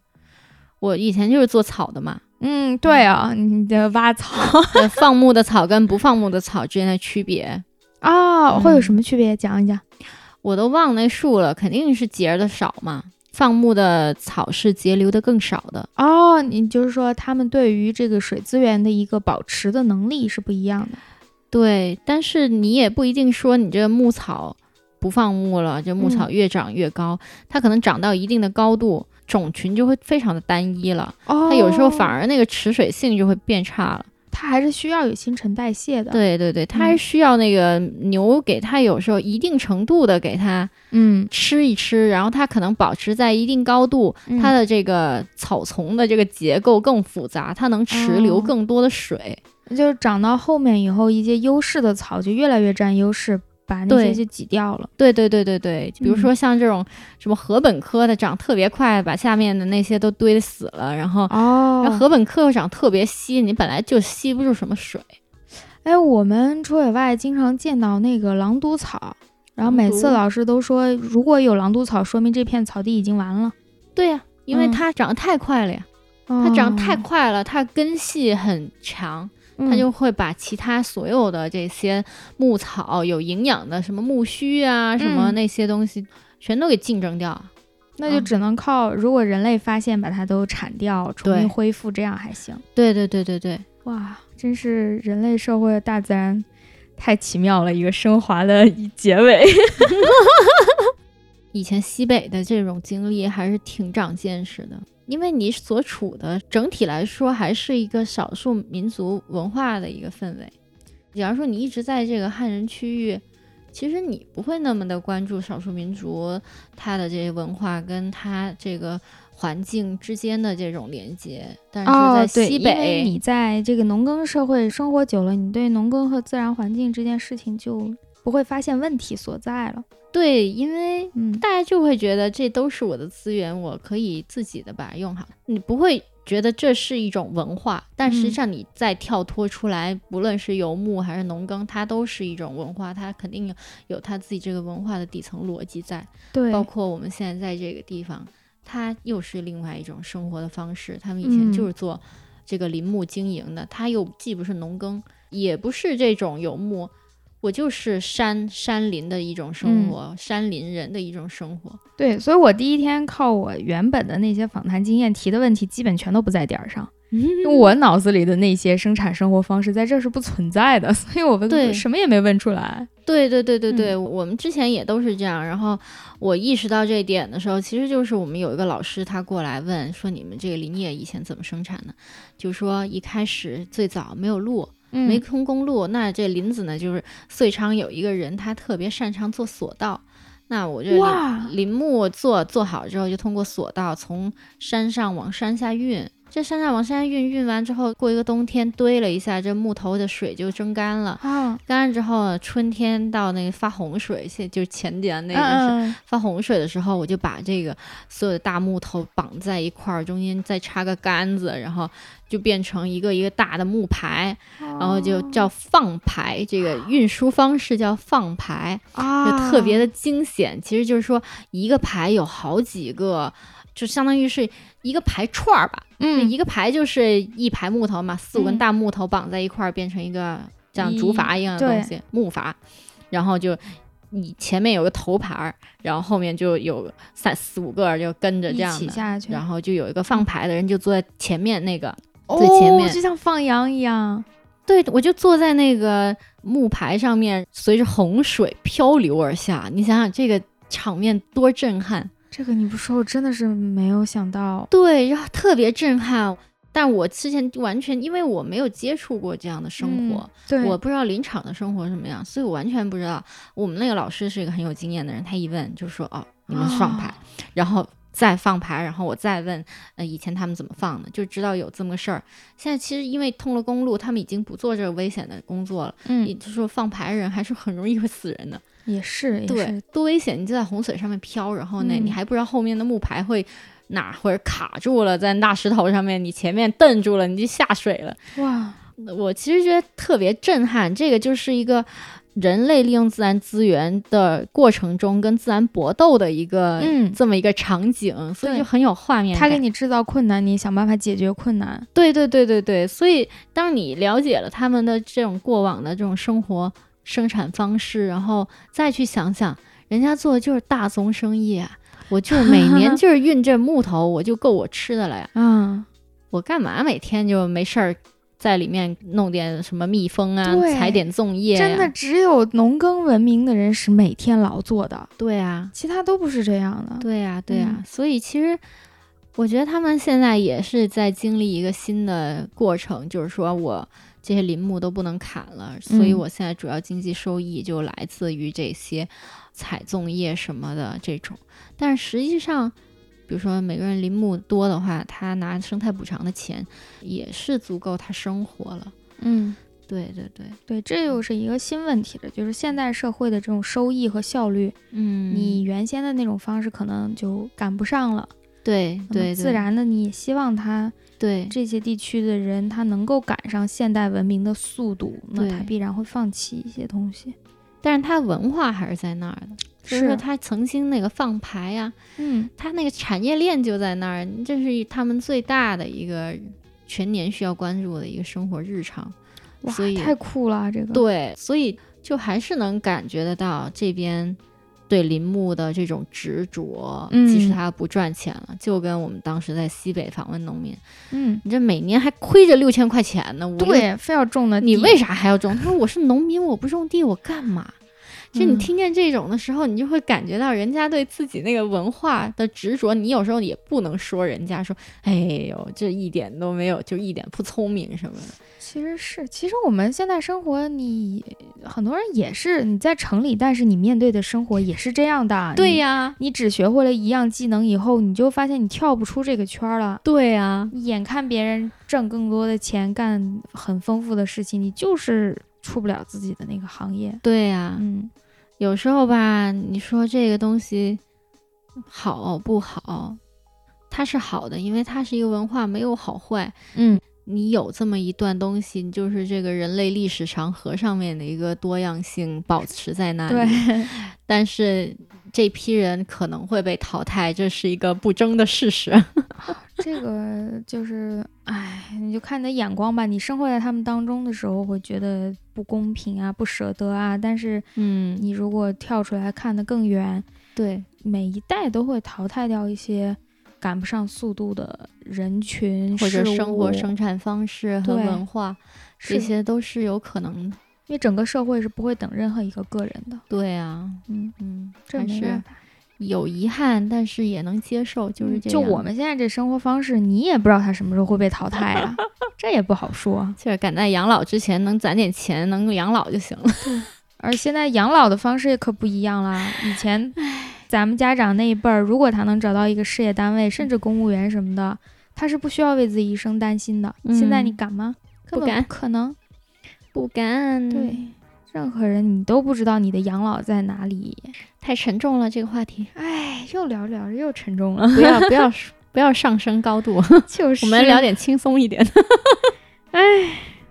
[SPEAKER 2] 我以前就是做草的嘛，
[SPEAKER 1] 嗯，对啊，你 的挖草
[SPEAKER 2] 对放牧的草跟不放牧的草之间的区别，
[SPEAKER 1] 啊，
[SPEAKER 2] 嗯
[SPEAKER 1] 会有什么区别？讲一讲。
[SPEAKER 2] 我都忘那数了，肯定是节儿的少嘛。放牧的草是节流的更少的，
[SPEAKER 1] 哦，你就是说他们对于这个水资源的一个保持的能力是不一样的。
[SPEAKER 2] 对。但是你也不一定说你这牧草不放牧了，这牧
[SPEAKER 1] 嗯
[SPEAKER 2] 草越长越高，它可能长到一定的高度，种群就会非常的单一了，
[SPEAKER 1] 哦
[SPEAKER 2] 它有时候反而那个持水性就会变差了。
[SPEAKER 1] 它还是需要有新陈代谢的。，
[SPEAKER 2] 对对对，它还是需要那个牛给它有时候一定程度的给它
[SPEAKER 1] 嗯，
[SPEAKER 2] 吃一吃，然后它可能保持在一定高度，
[SPEAKER 1] 嗯
[SPEAKER 2] 它的这个草丛的这个结构更复杂，它能持留
[SPEAKER 1] 哦
[SPEAKER 2] 更多的水。
[SPEAKER 1] 就是长到后面以后，一些优势的草就越来越占优势，把那
[SPEAKER 2] 对
[SPEAKER 1] 些就挤掉了。
[SPEAKER 2] 对对对对对，比如
[SPEAKER 1] 嗯
[SPEAKER 2] 说像这种什么禾本科的长特别快，把下面的那些都堆死了，然后。然后
[SPEAKER 1] 哦，
[SPEAKER 2] 禾本科又长特别稀，你本来就吸不住什么水。
[SPEAKER 1] 哎，我们出野外经常见到那个狼毒草，然后每次
[SPEAKER 2] 狼毒
[SPEAKER 1] 老师都说，如果有狼毒草，说明这片草地已经完了。
[SPEAKER 2] 对呀、因为
[SPEAKER 1] 嗯
[SPEAKER 2] 它长得太快了呀，
[SPEAKER 1] 它
[SPEAKER 2] 它长得太
[SPEAKER 1] 哦
[SPEAKER 2] 快了，它根系很长，
[SPEAKER 1] 嗯
[SPEAKER 2] 它就会把其他所有的这些牧草有营养的什么苜蓿啊，什么
[SPEAKER 1] 嗯
[SPEAKER 2] 那些东西，全都给竞争掉。
[SPEAKER 1] 那就
[SPEAKER 2] 嗯
[SPEAKER 1] 只能靠如果人类发现把它都铲掉，重
[SPEAKER 2] 对
[SPEAKER 1] 新恢复，这样还行。
[SPEAKER 2] 对对对对对，
[SPEAKER 1] 哇，真是人类社会大自然太奇妙了，一个升华的一结尾。
[SPEAKER 2] 以前西北的这种经历还是挺长见识的，因为你所处的整体来说还是一个少数民族文化的一个氛围。假如说你一直在这个汉人区域，其实你不会那么的关注少数民族它的这些文化跟它这个环境之间的这种连接，但是在
[SPEAKER 1] 哦，对，
[SPEAKER 2] 西
[SPEAKER 1] 因为
[SPEAKER 2] 北，
[SPEAKER 1] 你在这个农耕社会生活久了，你对农耕和自然环境这件事情就不会发现问题所在了。
[SPEAKER 2] 对，因为
[SPEAKER 1] 嗯，
[SPEAKER 2] 大家就会觉得这都是我的资源，我可以自己的把它用好。你不会觉得这是一种文化，但实际上你再跳脱出来，不论是游牧还是农耕，它都是一种文化，它肯定有有它自己这个文化的底层逻辑在。
[SPEAKER 1] 对，
[SPEAKER 2] 包括我们现在在这个地方，它又是另外一种生活的方式。他们以前
[SPEAKER 1] 嗯
[SPEAKER 2] 就是做这个林木经营的，它又既不是农耕，也不是这种游牧，我就是山山林的一种生
[SPEAKER 1] 嗯
[SPEAKER 2] 活，山林人的一种生活。
[SPEAKER 1] 对，所以我第一天靠我原本的那些访谈经验提的问题，基本全都不在点儿 上。
[SPEAKER 2] 嗯
[SPEAKER 1] 因为我脑子里的那些生产生活方式在这儿是不存在的，所以我
[SPEAKER 2] 对
[SPEAKER 1] 问什么也没问出来。
[SPEAKER 2] 对对对对对，
[SPEAKER 1] 嗯
[SPEAKER 2] 我们之前也都是这样。然后我意识到这一点的时候，其实就是我们有一个老师，他过来问说：“你们这个林业以前怎么生产的？”就说一开始最早没有路，
[SPEAKER 1] 嗯
[SPEAKER 2] 没通公路，那这林子呢，就是遂昌有一个人，他特别擅长做索道。那我这林
[SPEAKER 1] 哇
[SPEAKER 2] 林木做做好之后，就通过索道从山上往山下运。这山上往山下运，运完之后，过一个冬天堆了一下，这木头的水就蒸干了。
[SPEAKER 1] 啊，
[SPEAKER 2] 干了之后呢，春天到那个发洪水，现就是前年那
[SPEAKER 1] 嗯
[SPEAKER 2] 个是、
[SPEAKER 1] 嗯
[SPEAKER 2] 发洪水的时候，我就把这个所有的大木头绑在一块儿，中间再插个杆子，然后就变成一个一个大的木排。
[SPEAKER 1] 嗯
[SPEAKER 2] 然后就叫放排，这个运输方式叫放排，就
[SPEAKER 1] 啊，
[SPEAKER 2] 特别的惊险。其实就是说，一个排有好几个，就相当于是一个排串儿吧。就
[SPEAKER 1] 嗯
[SPEAKER 2] 一个排就是一排木头嘛，四五根
[SPEAKER 1] 嗯
[SPEAKER 2] 大木头绑在一块儿，变成一个像竹筏一样的
[SPEAKER 1] 一
[SPEAKER 2] 东西，木筏。然后就你前面有个头牌儿，然后后面就有三四五个就跟着这样
[SPEAKER 1] 一起
[SPEAKER 2] 的，
[SPEAKER 1] 下去，
[SPEAKER 2] 然后就有一个放排的人就坐在前面那个。
[SPEAKER 1] 哦
[SPEAKER 2] 最前面
[SPEAKER 1] 就像放羊一样。
[SPEAKER 2] 对，我就坐在那个木牌上面，随着洪水漂流而下。你想想这个场面多震撼！
[SPEAKER 1] 这个你不说，我真的是没有想到。
[SPEAKER 2] 对，然后特别震撼。哦但我之前完全因为我没有接触过这样的
[SPEAKER 1] 嗯
[SPEAKER 2] 生活，
[SPEAKER 1] 对，
[SPEAKER 2] 我不知道林场的生活是什么样，所以我完全不知道。我们那个老师是一个很有经验的人，他一问就说：“哦，你们是放牌。然后再放牌，然后我再问，呃，以前他们怎么放的，就知道有这么个事儿。现在其实因为通了公路，他们已经不做这个危险的工作了，也
[SPEAKER 1] 嗯，
[SPEAKER 2] 就是说放牌人还是很容易会死 人的。
[SPEAKER 1] 也是，也
[SPEAKER 2] 对
[SPEAKER 1] 是，，
[SPEAKER 2] 多危险！你就在洪水上面飘，然后呢，
[SPEAKER 1] 嗯
[SPEAKER 2] 你还不知道后面的木牌会哪会儿卡住了，在大石头上面，你前面蹬住了，你就下水了。
[SPEAKER 1] 哇，
[SPEAKER 2] 我其实觉得特别震撼，这个就是一个人类利用自然资源的过程中跟自然搏斗的一个、
[SPEAKER 1] 嗯
[SPEAKER 2] 这么一个场景，所以
[SPEAKER 1] 对
[SPEAKER 2] 就很有画面
[SPEAKER 1] 他
[SPEAKER 2] 感。
[SPEAKER 1] 给你制造困难，你想办法解决困难，
[SPEAKER 2] 对对对对对，所以当你了解了他们的这种过往的这种生活生产方式，然后再去想想，人家做的就是大宗生意啊，我就是每年 就是运这木头，我就够我吃的了呀，
[SPEAKER 1] 嗯，
[SPEAKER 2] 我干嘛每天就没事儿在里面弄点什么蜜蜂啊，
[SPEAKER 1] 对
[SPEAKER 2] 采点粽叶、啊，
[SPEAKER 1] 真的只有农耕文明的人是每天劳作的，
[SPEAKER 2] 对啊，
[SPEAKER 1] 其他都不是这样的，
[SPEAKER 2] 对呀、对呀、啊
[SPEAKER 1] 嗯
[SPEAKER 2] 所以其实我觉得他们现在也是在经历一个新的过程，就是说我这些林木都不能砍了，所以
[SPEAKER 1] 嗯
[SPEAKER 2] 我现在主要经济收益就来自于这些采粽叶什么的这种。但是实际上，比如说每个人林木多的话，他拿生态补偿的钱也是足够他生活了。
[SPEAKER 1] 嗯。
[SPEAKER 2] 对对对，
[SPEAKER 1] 对，这又是一个新问题了，就是现代社会的这种收益和效率，
[SPEAKER 2] 嗯
[SPEAKER 1] 你原先的那种方式可能就赶不上了。
[SPEAKER 2] 对
[SPEAKER 1] 那么
[SPEAKER 2] 对
[SPEAKER 1] 嗯自
[SPEAKER 2] 对
[SPEAKER 1] 然的你也希望他
[SPEAKER 2] 对
[SPEAKER 1] 这些地区的人他能够赶上现代文明的速度，那他
[SPEAKER 2] 对
[SPEAKER 1] 必然会放弃一些东西。
[SPEAKER 2] 但是它文化还是在那儿的，就是说它曾经那个放牌呀、
[SPEAKER 1] 嗯，
[SPEAKER 2] 它那个产业链就在那儿，这是他们最大的一个全年需要关注的一个生活日常，
[SPEAKER 1] 哇
[SPEAKER 2] 所以，
[SPEAKER 1] 太酷了，啊这个
[SPEAKER 2] 对，所以就还是能感觉得到这边对林木的这种执着，
[SPEAKER 1] 嗯
[SPEAKER 2] 即使它不赚钱了，就跟我们当时在西北访问农民，
[SPEAKER 1] 嗯，
[SPEAKER 2] 你这每年还亏着六千块钱呢，我
[SPEAKER 1] 对，非要种的
[SPEAKER 2] 呃你
[SPEAKER 1] 地
[SPEAKER 2] 为啥还要种？他说我是农民，我不种地，我干嘛？就你
[SPEAKER 1] 嗯
[SPEAKER 2] 听见这种的时候，你就会感觉到人家对自己那个文化的执着。你有时候也不能说人家说，哎呦，这一点都没有，就一点不聪明什么的。
[SPEAKER 1] 其实是，其实我们现在生活你，很多人也是你在城里，但是你面对的生活也是这样的。啊你
[SPEAKER 2] 对呀、
[SPEAKER 1] 你只学会了一样技能以后，你就发现你跳不出这个圈儿了。
[SPEAKER 2] 对呀、
[SPEAKER 1] 你眼看别人挣更多的钱，干很丰富的事情，你就是出不了自己的那个行业。
[SPEAKER 2] 对呀、
[SPEAKER 1] 嗯，
[SPEAKER 2] 有时候吧，你说这个东西好不好，它是好的，因为它是一个文化，没有好坏。
[SPEAKER 1] 嗯，
[SPEAKER 2] 你有这么一段东西，你就是这个人类历史长河上面的一个多样性保持在那里。
[SPEAKER 1] 对，
[SPEAKER 2] 嗯但是这批人可能会被淘汰，这是一个不争的事实。
[SPEAKER 1] 这个就是，哎，你就看你的眼光吧。你生活在他们当中的时候，会觉得不公平啊，不舍得啊。但是
[SPEAKER 2] 嗯，
[SPEAKER 1] 你如果跳出来看得更远，
[SPEAKER 2] 对
[SPEAKER 1] 每一代都会淘汰掉一些赶不上速度的人群
[SPEAKER 2] 或者
[SPEAKER 1] 事
[SPEAKER 2] 生活
[SPEAKER 1] 物
[SPEAKER 2] 生产方式和
[SPEAKER 1] 对
[SPEAKER 2] 文化，
[SPEAKER 1] 是
[SPEAKER 2] 这些都是有可能的。
[SPEAKER 1] 因为整个社会是不会等任何一个个人的。
[SPEAKER 2] 对啊，
[SPEAKER 1] 嗯，
[SPEAKER 2] 嗯，
[SPEAKER 1] 这
[SPEAKER 2] 还
[SPEAKER 1] 没
[SPEAKER 2] 是
[SPEAKER 1] 办法。
[SPEAKER 2] 有遗憾，但是也能接受，就是
[SPEAKER 1] 嗯
[SPEAKER 2] 这
[SPEAKER 1] 就
[SPEAKER 2] 样。
[SPEAKER 1] 我们现在这生活方式，你也不知道他什么时候会被淘汰 啊，这也不好说。啊
[SPEAKER 2] 就是赶在养老之前能攒点钱，能养老就行了。
[SPEAKER 1] 而现在养老的方式也可不一样啦，以前咱们家长那一辈儿，如果他能找到一个事业单位，甚至公务员什么的，他是不需要为自己一生担心的。现在你
[SPEAKER 2] 嗯
[SPEAKER 1] 敢吗？
[SPEAKER 2] 不
[SPEAKER 1] 根本
[SPEAKER 2] 敢
[SPEAKER 1] 不可能。
[SPEAKER 2] 不敢，
[SPEAKER 1] 对，，任何人你都不知道你的养老在哪里。
[SPEAKER 2] 太沉重了这个 话题，
[SPEAKER 1] 哎，又聊着聊着又沉重 了，
[SPEAKER 2] 不要不要不要上升高度，
[SPEAKER 1] 就是
[SPEAKER 2] 我们聊点轻松一点的。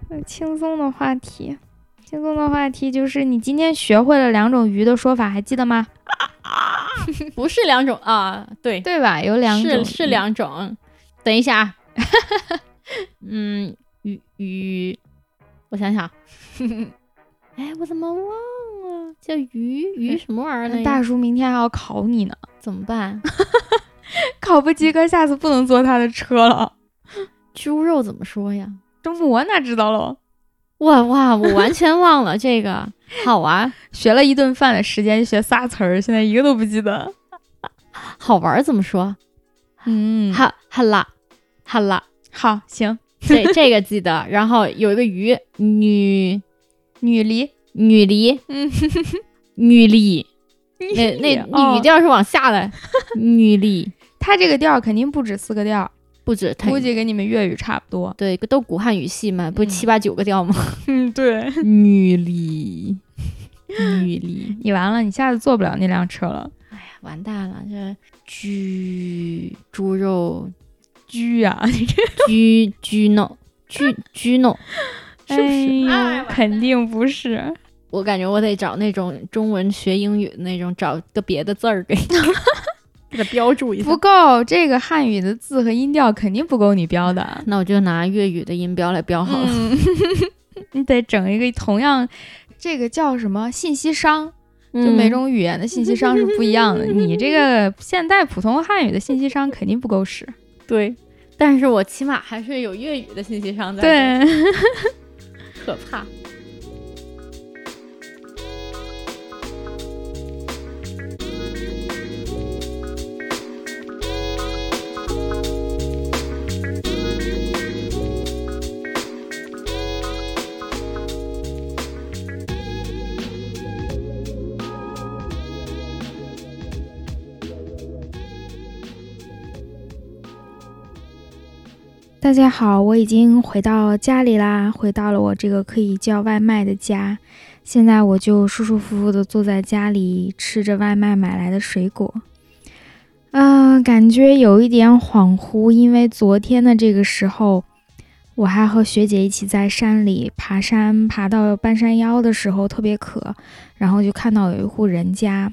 [SPEAKER 1] 呃轻松的话题。轻松的话题就是你今天学会了两种鱼的说法，还记得吗？
[SPEAKER 2] 不是两种啊，对，
[SPEAKER 1] 对吧？有两种
[SPEAKER 2] 是是两种。等一下啊， 嗯，鱼鱼，我想想，哎，我怎么忘了叫鱼鱼什么玩意儿
[SPEAKER 1] 哎那
[SPEAKER 2] 呢？
[SPEAKER 1] 大叔明天还要考你呢，
[SPEAKER 2] 怎么办？
[SPEAKER 1] 考不及格，下次不能坐他的车了。
[SPEAKER 2] 猪肉怎么说呀？
[SPEAKER 1] 这我哪知道喽？
[SPEAKER 2] 哇哇，我完全忘了这个，好玩
[SPEAKER 1] 学了一顿饭的时间，学仨词儿，现在一个都不记得。
[SPEAKER 2] 好玩儿怎么说？
[SPEAKER 1] 嗯，
[SPEAKER 2] 哈哈啦，哈啦，
[SPEAKER 5] 好，行，
[SPEAKER 2] 这这个记得。然后有一个鱼，女
[SPEAKER 5] 女梨，
[SPEAKER 2] 女梨，
[SPEAKER 5] 嗯，
[SPEAKER 2] 女梨，那那
[SPEAKER 5] 哦
[SPEAKER 2] 语调是往下的，女梨
[SPEAKER 5] 它这个调儿肯定不止四个调儿，
[SPEAKER 2] 不止它
[SPEAKER 5] 估计跟你们粤语差不多。
[SPEAKER 2] 对，都古汉语系嘛，不是
[SPEAKER 5] 嗯
[SPEAKER 2] 七八九个调吗？
[SPEAKER 5] 嗯，对，
[SPEAKER 2] 女梨，女梨，
[SPEAKER 5] 你完了，你下次坐不了那辆车了。
[SPEAKER 2] 完蛋了，这居猪 肉
[SPEAKER 5] 居呀、
[SPEAKER 2] 居居弄居居弄，
[SPEAKER 5] 是不是？
[SPEAKER 4] 哎呀
[SPEAKER 5] 肯定不是。
[SPEAKER 2] 我感觉我得找那种中文学英语的那种，找个别的字儿给给它标注一下
[SPEAKER 5] 不。够，这个汉语的字和音调肯定不够你标的，
[SPEAKER 2] 那我就拿粤语的音标来标好了。
[SPEAKER 5] 你得整一个同样，这个叫什么信息商？就每种语言的信息商是不一样的。你这个 现代普通汉语的信息商肯定不够使。
[SPEAKER 2] 对，但是我起码还是有粤语的信息商在。，
[SPEAKER 5] 对，
[SPEAKER 2] 可怕。
[SPEAKER 1] 大家好，我已经回到家里啦，回到了我这个可以叫外卖的家。现在我就舒舒服服的坐在家里，吃着外卖买来的水果。嗯、感觉有一点恍惚，因为昨天的这个时候，我还和学姐一起在山里爬山，爬到半山腰的时候特别渴，然后就看到有一户人家，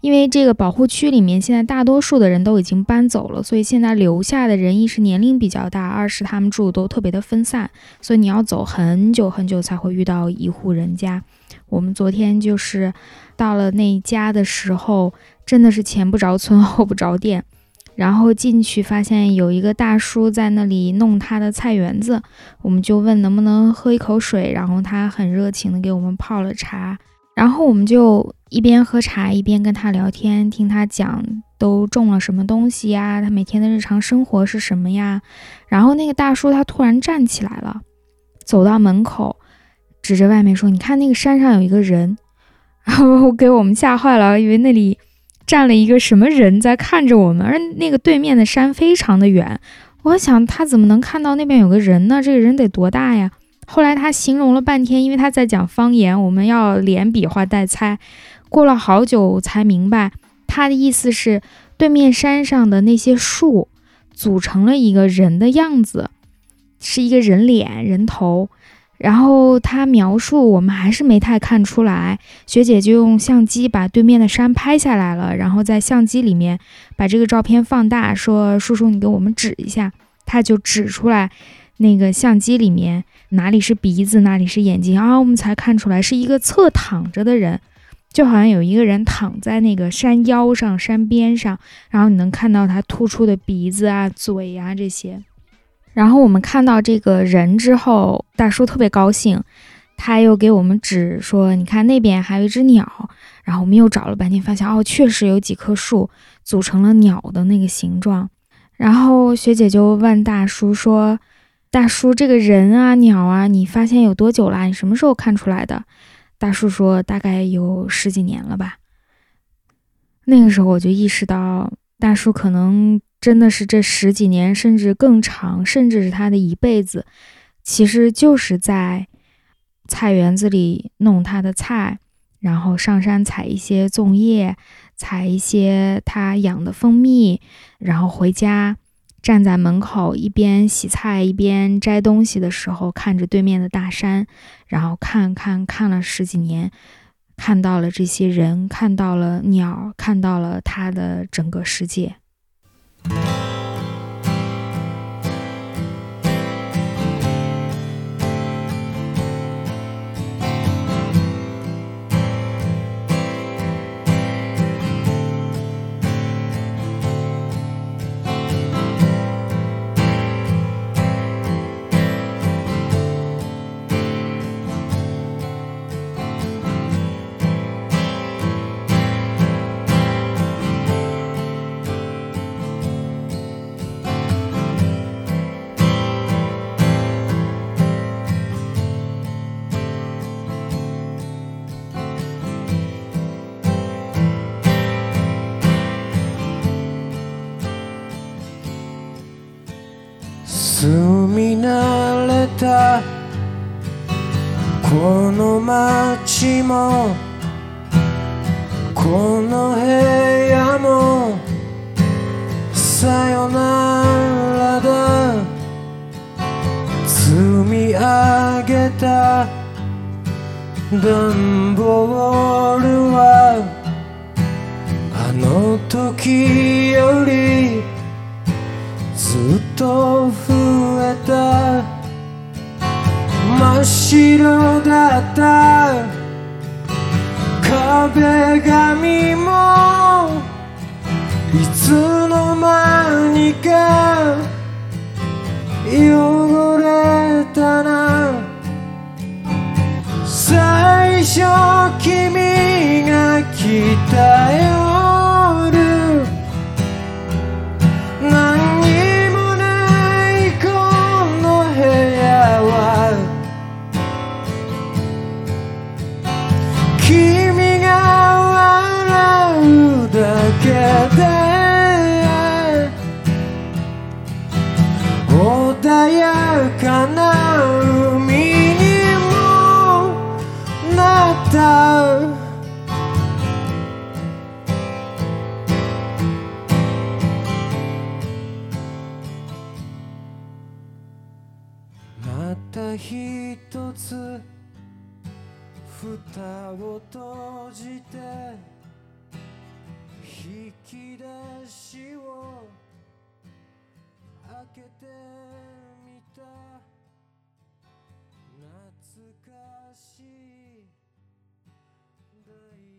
[SPEAKER 1] 因为这个保护区里面现在大多数的人都已经搬走了，所以现在留下的人，一是年龄比较大，二是他们住都特别的分散，所以你要走很久很久才会遇到一户人家。我们昨天就是到了那一家的时候，真的是前不着村后不着店，然后进去发现有一个大叔在那里弄他的菜园子，我们就问能不能喝一口水，然后他很热情的给我们泡了茶，然后我们就一边喝茶一边跟他聊天，听他讲都种了什么东西呀，他每天的日常生活是什么呀。然后那个大叔他突然站起来了，走到门口，指着外面说：“你看那个山上有一个人。”然后给我们吓坏了，以为那里站了一个什么人在看着我们，而那个对面的山非常的远。我想他怎么能看到那边有个人呢？这个人得多大呀？后来他形容了半天，因为他在讲方言，我们要连比划带猜。过了好久才明白，他的意思是对面山上的那些树组成了一个人的样子，是一个人脸、人头。然后他描述，我们还是没太看出来。学姐就用相机把对面的山拍下来了，然后在相机里面把这个照片放大，说：“叔叔，你给我们指一下。”他就指出来那个相机里面哪里是鼻子，哪里是眼睛啊，我们才看出来是一个侧躺着的人，就好像有一个人躺在那个山腰上、山边上，然后你能看到他突出的鼻子啊、嘴啊这些。然后我们看到这个人之后，大叔特别高兴，他又给我们指说：“你看那边还有一只鸟。”然后我们又找了半天，发现哦，确实有几棵树组成了鸟的那个形状。然后学姐就问大叔说：“大叔，这个人啊、鸟啊，你发现有多久啦？你什么时候看出来的？大叔说大概有十几年了吧。那个时候我就意识到，大叔可能真的是这十几年，甚至更长，甚至是他的一辈子，其实就是在菜园子里弄他的菜，然后上山采一些粽叶，采一些他养的蜂蜜，然后回家。站在门口，一边洗菜一边摘东西的时候，看着对面的大山，然后看看看了十几年，看到了这些人，看到了鸟，看到了他的整个世界。
[SPEAKER 6] たこの街もこの部屋もさよならだ積み上げた段ボールはあの時よりずっと増えた真っ白だった壁紙もいつの間にか汚れたな最初君が来た夜何にもないこの部屋は君が笑うだけで穏やかな海にもなったまた一つ蓋を閉じて引き出しを開けてみた懐かしい大